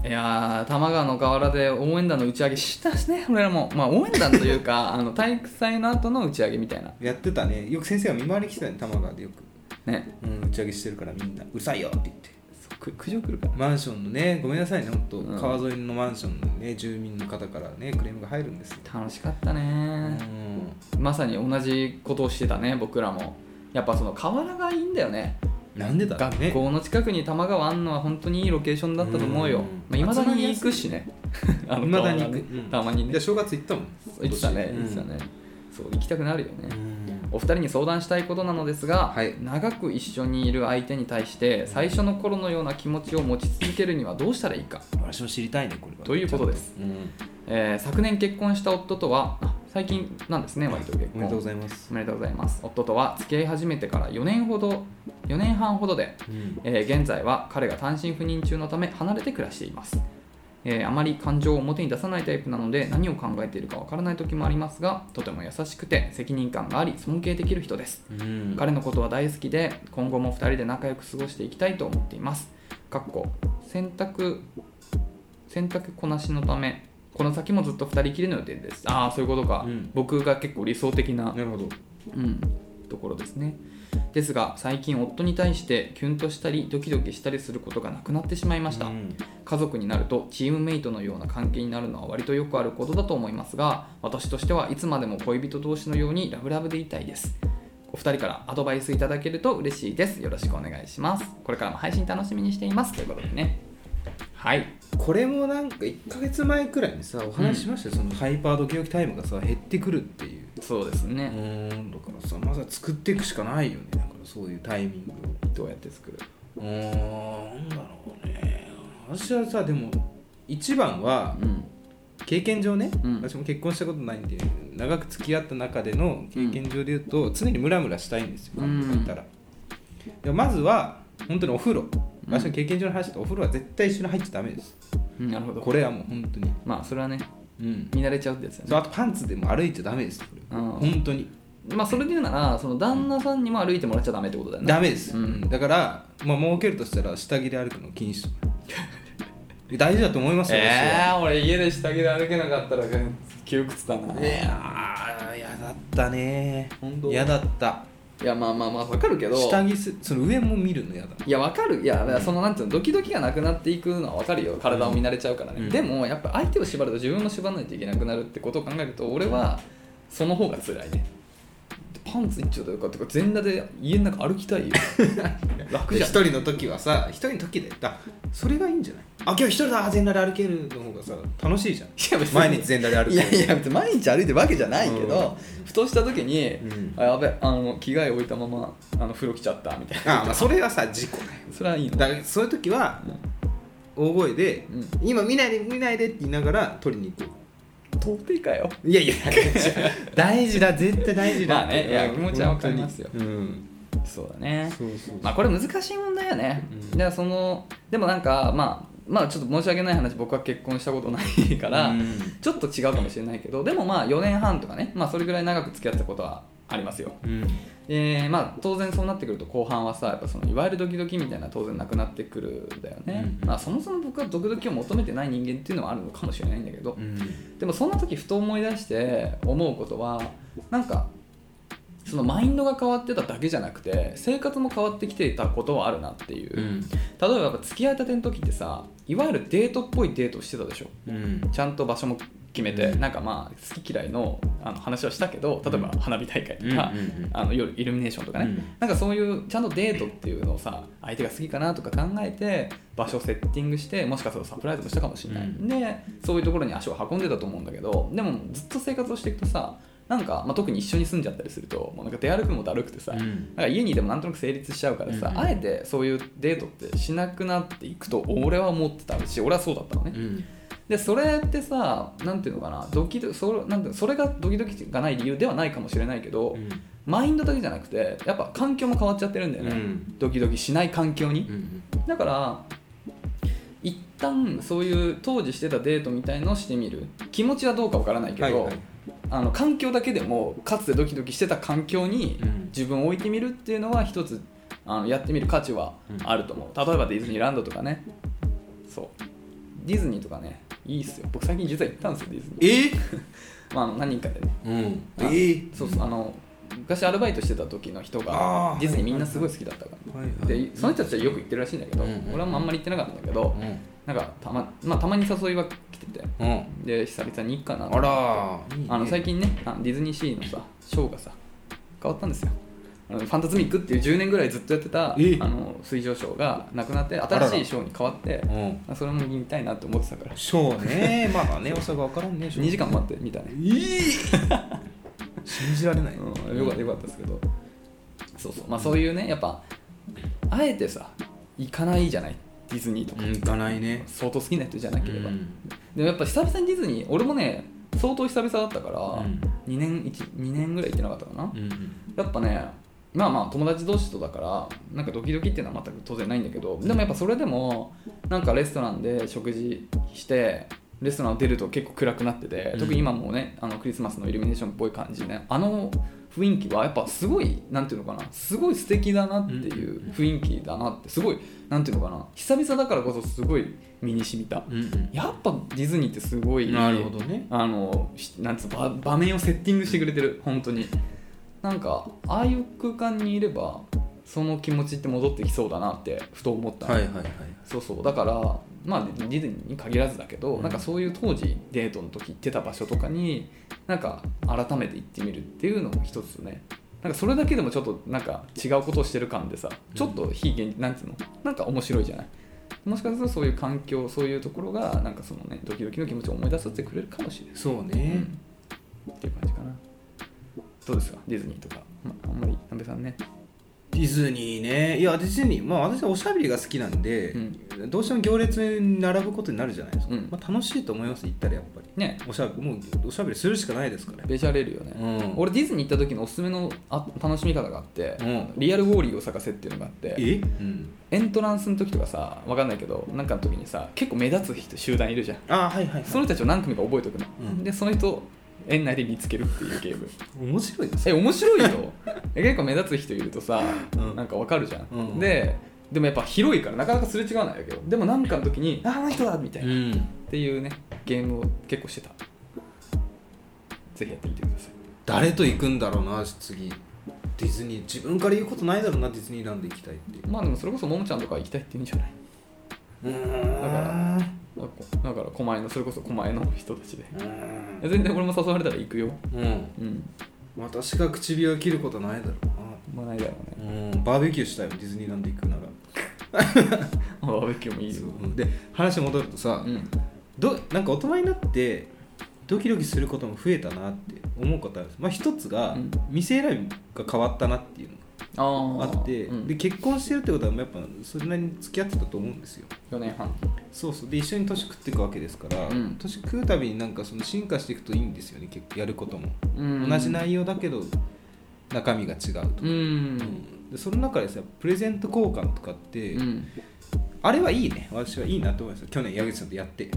Speaker 2: う、いやー多摩川の河原で応援団の打ち上げしたしね俺らもまあ応援団という かあの体育祭の後の打ち上げみたいな
Speaker 1: やってたねよく先生が見回り来てたね玉川でよく、
Speaker 2: ね
Speaker 1: うん、打ち上げしてるからみんなうるさいよって言って
Speaker 2: そうく苦情来るから
Speaker 1: マンションのねごめんなさいね本当、
Speaker 2: うん
Speaker 1: 川沿いのマンションのね住民の方からねクレームが入るんですよ、
Speaker 2: 楽しかった
Speaker 1: う
Speaker 2: ね、
Speaker 1: ん、
Speaker 2: まさに同じことをしてたね僕らもやっぱその河原がいいんだよね
Speaker 1: なんでだろう
Speaker 2: 学
Speaker 1: ね
Speaker 2: 校の近くに多摩川あんのは本当にいいロケーションだったと思うよ
Speaker 1: うん
Speaker 2: いまあ、未だに行く しねあの
Speaker 1: 未だに行く、
Speaker 2: 川がねたまに
Speaker 1: じゃ
Speaker 2: ね
Speaker 1: あ正月行ったもん
Speaker 2: 行ってたね
Speaker 1: 今
Speaker 2: 行っ
Speaker 1: 年
Speaker 2: てたね、そう行きたくなるよね、
Speaker 1: うん
Speaker 2: お二人に相談したいことなのですが、
Speaker 1: はい
Speaker 2: 長く一緒にいる相手に対して最初の頃のような気持ちを持ち続けるにはどうしたらいいか
Speaker 1: 私も知りたいねこれは
Speaker 2: ということです、
Speaker 1: うん、
Speaker 2: えー昨年結婚した夫とはあ最近なんですね割と結
Speaker 1: おめでとうご
Speaker 2: 婚
Speaker 1: ざいます、
Speaker 2: おめでとうございます夫とは付き合い始めてから4年ほど4年半ほどで
Speaker 1: うん
Speaker 2: えー現在は彼が単身赴任中のため離れて暮らしています、えーあまり感情を表に出さないタイプなので何を考えているかわからない時もありますがとても優しくて責任感があり尊敬できる人です
Speaker 1: うん
Speaker 2: 彼のことは大好きで今後も2人で仲良く過ごしていきたいと思っていますかっこ洗濯洗濯こなしのためこの先もずっと2人きりの予定ですああそういうことか、
Speaker 1: うん
Speaker 2: 僕が結構理想的な
Speaker 1: なるほど
Speaker 2: うん、ところですねですが最近夫に対してキュンとしたりドキドキしたりすることがなくなってしまいました、
Speaker 1: うん
Speaker 2: 家族になるとチームメイトのような関係になるのは割とよくあることだと思いますが私としてはいつまでも恋人同士のようにラブラブでいたいですお二人からアドバイスいただけると嬉しいですよろしくお願いしますこれからも配信楽しみにしていますということでねはい
Speaker 1: これもなんか1か月前くらいにさお話ししましたよ、そのハイパードキドキタイムがさ減ってくるっていう
Speaker 2: そうです
Speaker 1: う
Speaker 2: ね、
Speaker 1: ーんだからさまずは作っていくしかないよねだからそういうタイミングを
Speaker 2: どうやって作る
Speaker 1: うーんなんだろうね私はさでも一番は
Speaker 2: うん
Speaker 1: 経験上ね、
Speaker 2: うん
Speaker 1: 私も結婚したことないんで長く付き合った中での経験上で言うと、常にムラムラしたいんですよ
Speaker 2: うん
Speaker 1: 考えたら、でまずは本当にお風呂
Speaker 2: うん
Speaker 1: 私の経験上の話だとお風呂は絶対一緒に入っちゃダメです、
Speaker 2: うんなるほど
Speaker 1: これはもう本当に
Speaker 2: まあそれはね
Speaker 1: うん
Speaker 2: 見慣れちゃうってやつだよね
Speaker 1: そうあとパンツでも歩いちゃダメですこれ
Speaker 2: うん
Speaker 1: 本当に
Speaker 2: まあそれで言うならその旦那さんにも歩いてもらっちゃダメってことだよね
Speaker 1: ダメです、
Speaker 2: うん
Speaker 1: うんだからまあ儲けるとしたら下着で歩くの禁止とか 大事だと思いますよ、私は
Speaker 2: えー、俺家で下着で歩けなかったら窮屈だない
Speaker 1: いやーやだったね
Speaker 2: 本当
Speaker 1: やだった
Speaker 2: やまあまあまあわかるけど
Speaker 1: 下着すその上も見るのやだ
Speaker 2: いやわかるいや、
Speaker 1: うん
Speaker 2: そのなんていうのドキドキがなくなっていくのはわかるよ体を見慣れちゃうからね、
Speaker 1: うん
Speaker 2: でもやっぱ相手を縛ると自分も縛らないといけなくなるってことを考えると俺はその方が辛いねパンツ一丁というかとか全裸で家の中歩き たいよ楽
Speaker 1: で
Speaker 2: じゃ
Speaker 1: 一
Speaker 2: ん
Speaker 1: 人の時はさ一人の時でだそれがいいんじゃないあ今日一人だ全裸で歩けるの方がさ楽しいじ ゃん
Speaker 2: いや別に
Speaker 1: 毎日全裸で歩
Speaker 2: い
Speaker 1: け
Speaker 2: や
Speaker 1: る
Speaker 2: いや別に毎日歩いてるわけじゃないけど、ふとした時に、
Speaker 1: うん
Speaker 2: あやべあの着替え置いたままあの風呂来ちゃったみたいな
Speaker 1: あ、まあ、それはさ事故だよ
Speaker 2: それはいいの
Speaker 1: だからそういう時は大声で
Speaker 2: うん
Speaker 1: 「今見ないで見ないで」って言いながら取りに行く
Speaker 2: 到底かよ
Speaker 1: いやいや 大事だ絶対大事だ
Speaker 2: まあねいや気持ちはわかりますよ
Speaker 1: うん
Speaker 2: そうだね
Speaker 1: そうそうそう
Speaker 2: まあこれ難しい問題よね、
Speaker 1: うん
Speaker 2: だからそのでもなんかまあまあちょっと申し訳ない話僕は結婚したことないから、
Speaker 1: うん
Speaker 2: ちょっと違うかもしれないけどでもまあ4年半とかねまあそれぐらい長く付き合ったことはありますよ
Speaker 1: うん
Speaker 2: えーまあ、当然そうなってくると後半はさやっぱそのいわゆるドキドキみたいな当然なくなってくるんだよね、
Speaker 1: うん
Speaker 2: まあ、そもそも僕はドキドキを求めてない人間っていうのはあるのかもしれないんだけど、
Speaker 1: うん
Speaker 2: でもそんな時ふと思い出して思うことはなんかそのマインドが変わってただけじゃなくて生活も変わってきていたことはあるなっていう、例えばやっぱ付き合いたての時ってさいわゆるデートっぽいデートしてたでしょ
Speaker 1: うん
Speaker 2: ちゃんと場所も決めて、
Speaker 1: うん
Speaker 2: なんかまあ好き嫌いのあの話はしたけど例えば花火大会とか、
Speaker 1: うんうんうん
Speaker 2: あの夜イルミネーションとかね、
Speaker 1: うん
Speaker 2: なんかそういうちゃんとデートっていうのをさ相手が好きかなとか考えて場所をセッティングしてもしかするとサプライズもしたかもしれな
Speaker 1: う
Speaker 2: い、
Speaker 1: ん
Speaker 2: でそういうところに足を運んでたと思うんだけどでもずっと生活をしていくとさなんか、まあ、特に一緒に住んじゃったりするともうなんか出歩くのもだるくてさ、
Speaker 1: うん
Speaker 2: なんか家にいてもなんとなく成立しちゃうからさ、
Speaker 1: うん
Speaker 2: あえてそういうデートってしなくなっていくと俺は思ってたし俺はそうだったのね、
Speaker 1: うん
Speaker 2: でそれってさなんていうのかなドキドキそれなんていうのそれがドキドキがない理由ではないかもしれないけど、
Speaker 1: うん
Speaker 2: マインドだけじゃなくてやっぱ環境も変わっちゃってるんだよね、
Speaker 1: うん
Speaker 2: ドキドキしない環境に、
Speaker 1: うん
Speaker 2: だから一旦そういう当時してたデートみたいのをしてみる気持ちはどうかわからないけど、
Speaker 1: はいはい
Speaker 2: あの環境だけでもかつてドキドキしてた環境に
Speaker 1: うん
Speaker 2: 自分を置いてみるっていうのは一つあのやってみる価値はあると思う、例えばディズニーランドとかねそうディズニーとかねいいっすよ僕最近実は行ったんですよディズニー
Speaker 1: え
Speaker 2: まああの何人かでね
Speaker 1: うん
Speaker 2: あそうそうあの昔アルバイトしてた時の人が
Speaker 1: あー
Speaker 2: ディズニーみんなすごい好きだったから、
Speaker 1: はいはい
Speaker 2: でその人たちはよく行ってるらしいんだけど、
Speaker 1: うんうん
Speaker 2: 俺はもうあんまり行ってなかったんだけど、なんかたま,、まあ、たまに誘いは来てて
Speaker 1: うんうん
Speaker 2: で久々に行くかな
Speaker 1: あら
Speaker 2: あの最
Speaker 1: 近
Speaker 2: 近ねあのディズニーシーのさショーがさ変わったんですよあのファンタズミックっていう10年ぐらいずっとやってたあ
Speaker 1: え
Speaker 2: の水上ショーがなくなって
Speaker 1: らら
Speaker 2: 新しいショーに変わって
Speaker 1: うん
Speaker 2: まあそれも見たいなって思ってたから
Speaker 1: そうねまあねおさが分からんね
Speaker 2: 2時間待って見たね
Speaker 1: 信じられない
Speaker 2: うん、よかったよかったですけどそうそうまあそういうねやっぱあえてさ行かないじゃないディズニーとか、
Speaker 1: うん行かないね
Speaker 2: 相当好きな人じゃなければ、
Speaker 1: うん
Speaker 2: でもやっぱ久々にディズニー俺もね相当久々だったから、
Speaker 1: うん
Speaker 2: 2年1 2年ぐらい行ってなかったかな、
Speaker 1: うん
Speaker 2: やっぱねまあまあ友達同士とだからなんかドキドキっていうのは全く当然ないんだけどでもやっぱそれでもなんかレストランで食事してレストランを出ると結構暗くなってて、
Speaker 1: うん
Speaker 2: 特に今もねあのクリスマスのイルミネーションっぽい感じねあの雰囲気はやっぱすごいなんていうのかなすごい素敵だなっていう雰囲気だなってすごいなんていうのかな久々だからこそすごい身に染みた
Speaker 1: うんうん
Speaker 2: やっぱディズニーってすごい
Speaker 1: なるほどね
Speaker 2: あのしなんつうの場場面をセッティングしてくれてる本当になんかああいう空間にいればその気持ちって戻ってきそうだなってふと思ったの、
Speaker 1: はいはいはい
Speaker 2: そうそうだからまあディディズニーに限らずだけど、
Speaker 1: うん
Speaker 2: なんかそういう当時デートの時行ってた場所とかになんか改めて行ってみるっていうのも一つねなんかそれだけでもちょっとなんか違うことをしてる感でさちょっと非現なんつうのなんか面白いじゃないもしかするとそういう環境そういうところがなんかそのねドキドキの気持ちを思い出させてくれるかもしれない
Speaker 1: そうね
Speaker 2: っていう感じかなどうですかディズニーとか、まあ、あんまり南部さんね
Speaker 1: ディズニーねいやディズニーまあ私はおしゃべりが好きなんで、
Speaker 2: う
Speaker 1: どうしても行列に並ぶことになるじゃないですか、
Speaker 2: うん
Speaker 1: まあ、楽しいと思います行ったらやっぱり
Speaker 2: ね
Speaker 1: おしゃべりもうおしゃべりするしかないですから、
Speaker 2: べしゃれるよね、
Speaker 1: うん
Speaker 2: 俺ディズニー行った時のおすすめのあ楽しみ方があって、
Speaker 1: うん
Speaker 2: リアルウォーリーを探せっていうのがあって
Speaker 1: え、うん、
Speaker 2: エントランスの時とかさわかんないけどなんかの時にさ結構目立つ人集団いるじゃん
Speaker 1: あはいはい、
Speaker 2: その人たちを何組か覚えておくの、
Speaker 1: うん
Speaker 2: でその人を園内で見つけるっていうゲーム
Speaker 1: 面白いです
Speaker 2: え面白いよえ結構目立つ人いるとさ、
Speaker 1: うん
Speaker 2: なんかわかるじゃん、
Speaker 1: うん
Speaker 2: ででもやっぱ広いからなかなかすれ違わないわけよでも何かの時に「あああの人だ!」みたいな、っ
Speaker 1: ん
Speaker 2: ていうねゲームを結構してたぜひやってみてください
Speaker 1: 誰と行くんだろうな次ディズニー自分から言うことないだろうなディズニーランド行きたいって
Speaker 2: まあでもそれこそももちゃんとか行きたいって言うんじゃないう
Speaker 1: ーん
Speaker 2: だから
Speaker 1: う
Speaker 2: だからだから狛江のそれこそ狛江の人たちで
Speaker 1: ーん
Speaker 2: 全然俺も誘われたら行くよ
Speaker 1: うん
Speaker 2: うん
Speaker 1: 私が唇を切ることないだろ
Speaker 2: まあないだろう
Speaker 1: う
Speaker 2: ね
Speaker 1: なうんバーベキューしたいよディズニーランド行くなら
Speaker 2: バーベキューもいいよ
Speaker 1: そうで話戻るとさ、
Speaker 2: うん
Speaker 1: どなんか大人になってドキドキすることも増えたなって思うことあるんですまあ一つが、
Speaker 2: うん
Speaker 1: 店選びが変わったなっていうの
Speaker 2: あ
Speaker 1: があ
Speaker 2: あ
Speaker 1: って、
Speaker 2: うん、
Speaker 1: で結婚してるってことはやっぱそれなりに付き合ってたと思うんですよ
Speaker 2: 4年半
Speaker 1: そうそうで一緒に年食っていくわけですから、
Speaker 2: うん
Speaker 1: 年食うたびになんかその進化していくといいんですよね結構やることも、
Speaker 2: うん
Speaker 1: 同じ内容だけど中身が違うと、
Speaker 2: うん、
Speaker 1: うんでその中でさプレゼント交換とかって、
Speaker 2: うん、
Speaker 1: あれはいいね私はいいなと思いますよ去年矢口さんとやって今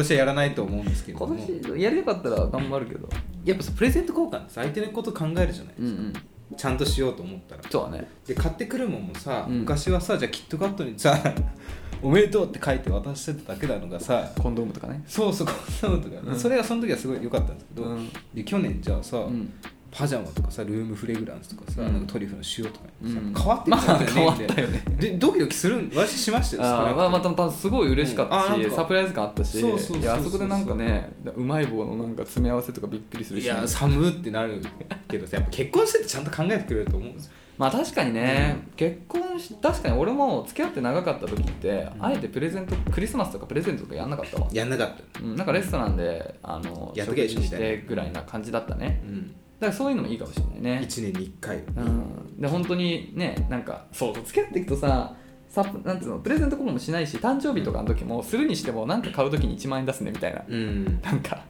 Speaker 1: 年はやらないと思うんですけれど
Speaker 2: 今
Speaker 1: も
Speaker 2: 年やりたかったら頑張るけど
Speaker 1: やっぱさプレゼント交換ってさ相手のこと考えるじゃない、
Speaker 2: うんうん
Speaker 1: ちゃんとしようと思ったら
Speaker 2: そうだね
Speaker 1: で買ってくるもんもさ、
Speaker 2: うん
Speaker 1: 昔はさじゃあキットカットにさ 「おめでとう」って書いて渡してただけなのがさ
Speaker 2: コンドームとかね
Speaker 1: そうそうこんなことが、
Speaker 2: うん
Speaker 1: それがその時はすごい良かったんですけど、
Speaker 2: うん
Speaker 1: で去年じゃあさ、
Speaker 2: うん
Speaker 1: パジャマとかさルームフレグランスとかさ、
Speaker 2: うん
Speaker 1: なんかトリュフの塩とかにさ、
Speaker 2: うん
Speaker 1: 変わってきたんだ
Speaker 2: ま
Speaker 1: よ
Speaker 2: あ
Speaker 1: ね、
Speaker 2: 変わったよね
Speaker 1: でドキドキするん私しましたよ
Speaker 2: あーまあまあ
Speaker 1: た
Speaker 2: たたすごい嬉しかった
Speaker 1: うんあ
Speaker 2: し、
Speaker 1: なんか
Speaker 2: サプライズ感あったし
Speaker 1: そうそうそうそう
Speaker 2: いやあそこでなんかねうまい棒のなんか詰め合わせとかびっくりする
Speaker 1: い
Speaker 2: し、
Speaker 1: や寒ってなるけどさやっぱ結婚しててちゃんと考えてくれると思うんですよ
Speaker 2: まあ確かにね、結婚し確かに俺も付き合って長かった時って、
Speaker 1: うん
Speaker 2: あえてプレゼントクリスマスとかプレゼントとかやんなかったわ、
Speaker 1: やんなかった
Speaker 2: うん、なんかレストランであの
Speaker 1: やっとけ
Speaker 2: 食事し
Speaker 1: 一緒に
Speaker 2: てぐらいな感じだったね
Speaker 1: うん
Speaker 2: だからそういうのもいいかもしれないね
Speaker 1: 1年に1回
Speaker 2: うん、で本当にねなんかそう付き合っていくとさサプなんつうのプレゼントコールもしないし誕生日とかの時もするにしてもなんか買う時に1万円出すねみたいな
Speaker 1: うん、
Speaker 2: なんか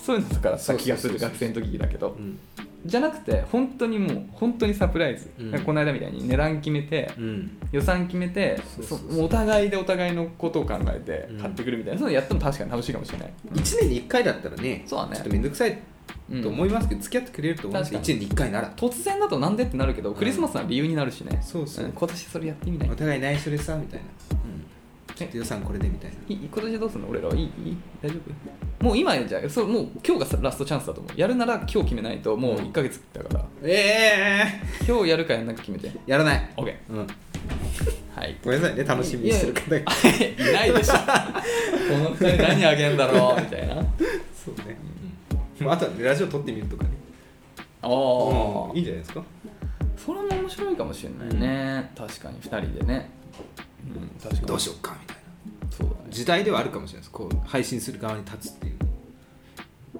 Speaker 2: そういうのとかだった気がする
Speaker 1: そうそうそうそう
Speaker 2: 学生の時だけど
Speaker 1: うん
Speaker 2: じゃなくて本当にもう本当にサプライズ、
Speaker 1: うん
Speaker 2: なんかこの間みたいに値段決めて
Speaker 1: うん、
Speaker 2: 予算決めて
Speaker 1: そうそうそう
Speaker 2: そもうお互いでお互いのことを考えて
Speaker 1: うん
Speaker 2: 買ってくるみたいな、そういうのやっても確かに楽しいかもしれない、
Speaker 1: 1年に1回だったらね
Speaker 2: そうだね
Speaker 1: ちょっと面倒くさい
Speaker 2: うん
Speaker 1: と思いますけど、付き合ってくれると思うんですよ1
Speaker 2: 確か
Speaker 1: 年に1回なら
Speaker 2: 突然だとなんでってなるけど
Speaker 1: うん
Speaker 2: クリスマスは理由になるしね、
Speaker 1: そうそうん
Speaker 2: 今年それやってみない
Speaker 1: お互い内緒でさみたいな、ちょっと予算これでみたいない
Speaker 2: 今年どうすんの俺らはいいいい大丈夫もう今じゃそうもう今日がラストチャンスだと思うやるなら今日決めないともう1か月だから、
Speaker 1: ええ
Speaker 2: 今日やるかやんなか決めて
Speaker 1: やらない、
Speaker 2: OK
Speaker 1: うん、
Speaker 2: はい
Speaker 1: ごめんなさいね楽しみにしてる方が
Speaker 2: いないでしょこの二人何あげんだろうみたいな
Speaker 1: そうね、うんまあ、あとはねラジオ撮ってみるとかね
Speaker 2: お
Speaker 1: うんいいんじゃないですか
Speaker 2: それも面白いかもしれないね、確かに2人でね、うん、確かに
Speaker 1: どうしようかみたい
Speaker 2: そうだ
Speaker 1: な
Speaker 2: ね
Speaker 1: 時代ではあるかもしれないですこう配信する側に立つっていう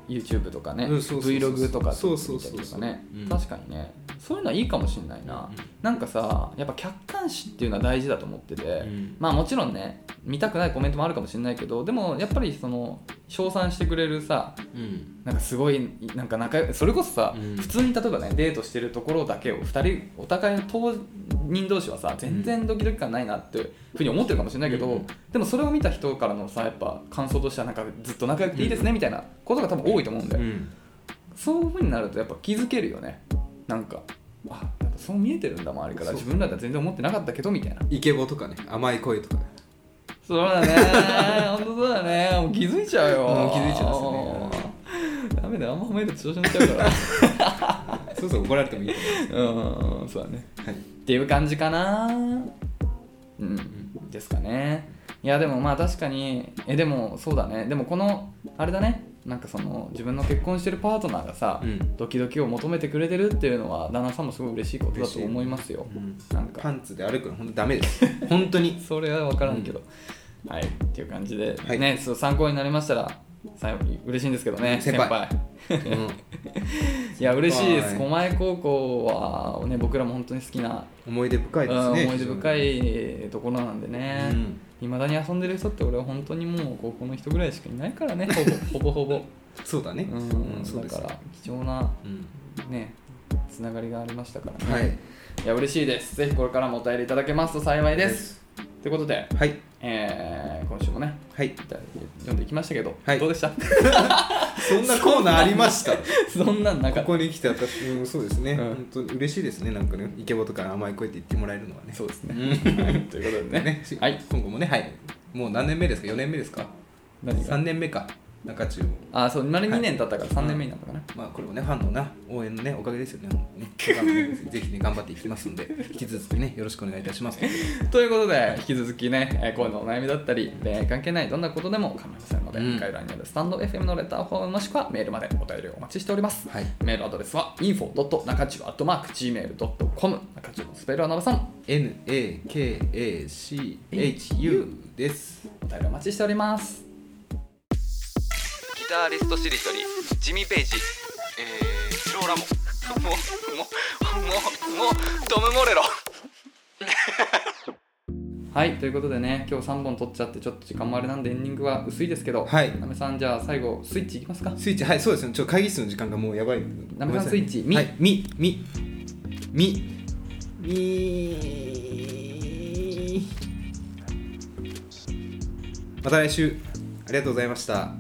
Speaker 2: YouTube とかね、
Speaker 1: うんそうそうそう
Speaker 2: Vlog とか
Speaker 1: そうそうそうそう
Speaker 2: 見たりとかね、
Speaker 1: うん
Speaker 2: 確かにねそういうのはいいかもしれないな、
Speaker 1: うん
Speaker 2: なんかさやっぱ客観視っていうのは大事だと思ってて、
Speaker 1: ん
Speaker 2: まあもちろんね見たくないコメントもあるかもしれないけどでもやっぱりその称賛してくれるさ
Speaker 1: うん
Speaker 2: なんかすごいなんか仲良それこそさ、
Speaker 1: うん
Speaker 2: 普通に例えばねデートしてるところだけを2人お互いの当人同士はさ全然ドキドキ感ないなっていうふうに思ってるかもしれないけど、
Speaker 1: うん
Speaker 2: でもそれを見た人からのさやっぱ感想としてはなんかずっと仲良くていいですねみたいなことが多分多いと思うんだ
Speaker 1: う
Speaker 2: よ、
Speaker 1: ん
Speaker 2: そういうふうになるとやっぱ気づけるよねなんかあやっぱそう見えてるんだ周りから
Speaker 1: そう
Speaker 2: 自分らでは全然思ってなかったけどみたいな
Speaker 1: イケボとかね甘い声とかね
Speaker 2: そうだ ね本当そうだねもう気づいちゃうよ
Speaker 1: うん気づいちゃいますね
Speaker 2: うんダメだよあんま褒めると調子乗っちゃうから
Speaker 1: そうそう怒られてもいいと思
Speaker 2: うんそうだね
Speaker 1: うはい
Speaker 2: っていう感じかなうん
Speaker 1: ん
Speaker 2: ですかねいやでもまあ確かにえでもそうだねでもこのあれだねなんかその自分の結婚してるパートナーがさ、
Speaker 1: うん
Speaker 2: ドキドキを求めてくれてるっていうのは旦那さんもすごい嬉しいことだと思いますよ、なんか
Speaker 1: パンツで歩くの本当ダメです本当に
Speaker 2: それは分からんけど、はいっていう感じで、
Speaker 1: はい
Speaker 2: ねそう参考になりましたら最後に嬉しいんですけどね
Speaker 1: 先
Speaker 2: 先
Speaker 1: 輩
Speaker 2: 輩
Speaker 1: うん
Speaker 2: いや嬉しいで
Speaker 1: 先
Speaker 2: す
Speaker 1: 輩
Speaker 2: 狛江高校はね僕らも本当に好きな、
Speaker 1: 思い出深いで
Speaker 2: うん
Speaker 1: すね
Speaker 2: 思い出深いところなんで
Speaker 1: う
Speaker 2: ね
Speaker 1: ん
Speaker 2: いま、未だに遊んでる人って俺は本当にもう高校の人ぐらいしかいないからねほぼほぼほぼ
Speaker 1: そうだね
Speaker 2: う、
Speaker 1: うんんそうです
Speaker 2: だから貴重な
Speaker 1: うん
Speaker 2: ねつながりがありましたからね、、
Speaker 1: はいい
Speaker 2: や嬉しいですぜひこれからもお便りいただけますと幸いですということで、
Speaker 1: はい
Speaker 2: えー今週もね
Speaker 1: はい
Speaker 2: いただいて読んでいきましたけど、
Speaker 1: はい
Speaker 2: どうでした
Speaker 1: そんなコーナーありました
Speaker 2: そんなんなんか
Speaker 1: ここに来て私、うん、そうですね、
Speaker 2: うん
Speaker 1: 本当に嬉しいですねなんかねイケボとか甘い声って言ってもらえるのはね
Speaker 2: そうですね、
Speaker 1: ね
Speaker 2: はい ということでね
Speaker 1: ね、
Speaker 2: はい
Speaker 1: 今後もねはいもう何年目ですか4年目ですか
Speaker 2: 何
Speaker 1: 3
Speaker 2: が
Speaker 1: 年目か中中も
Speaker 2: あそう丸2年経ったから3年目になったかな、
Speaker 1: まあこれもねファンのな応援のねおかげですよね本 当にねぜひね頑張っていきますんで引き続きねよろしくお願いいたします
Speaker 2: ということで引き続きね、えー、恋のお悩みだったり恋愛関係ないどんなことでも構いませんので、
Speaker 1: うん
Speaker 2: 概要欄にあるスタンド FM のレターフォームもしくはメールまでお便りをお待ちしております
Speaker 1: はい
Speaker 2: メールアドレスは info.nakachu.gmail.com 中中のスペルはなばさん
Speaker 1: NAKACHU です
Speaker 2: お便りお待ちしておりますギタリストしりとりジミー・ペイジえー、ローラモもうもうもうもうトム・モレロ はいということでね今日3本取っちゃってちょっと時間もあれなんでエンディングは薄いですけど
Speaker 1: はい
Speaker 2: なめさんじゃあ最後スイッチいきますか
Speaker 1: スイッチはいそうですねちょっと会議室の時間がもうやばい
Speaker 2: なめさんスイッチ
Speaker 1: み
Speaker 2: み
Speaker 1: はいみみみみまた来週ありがとうございました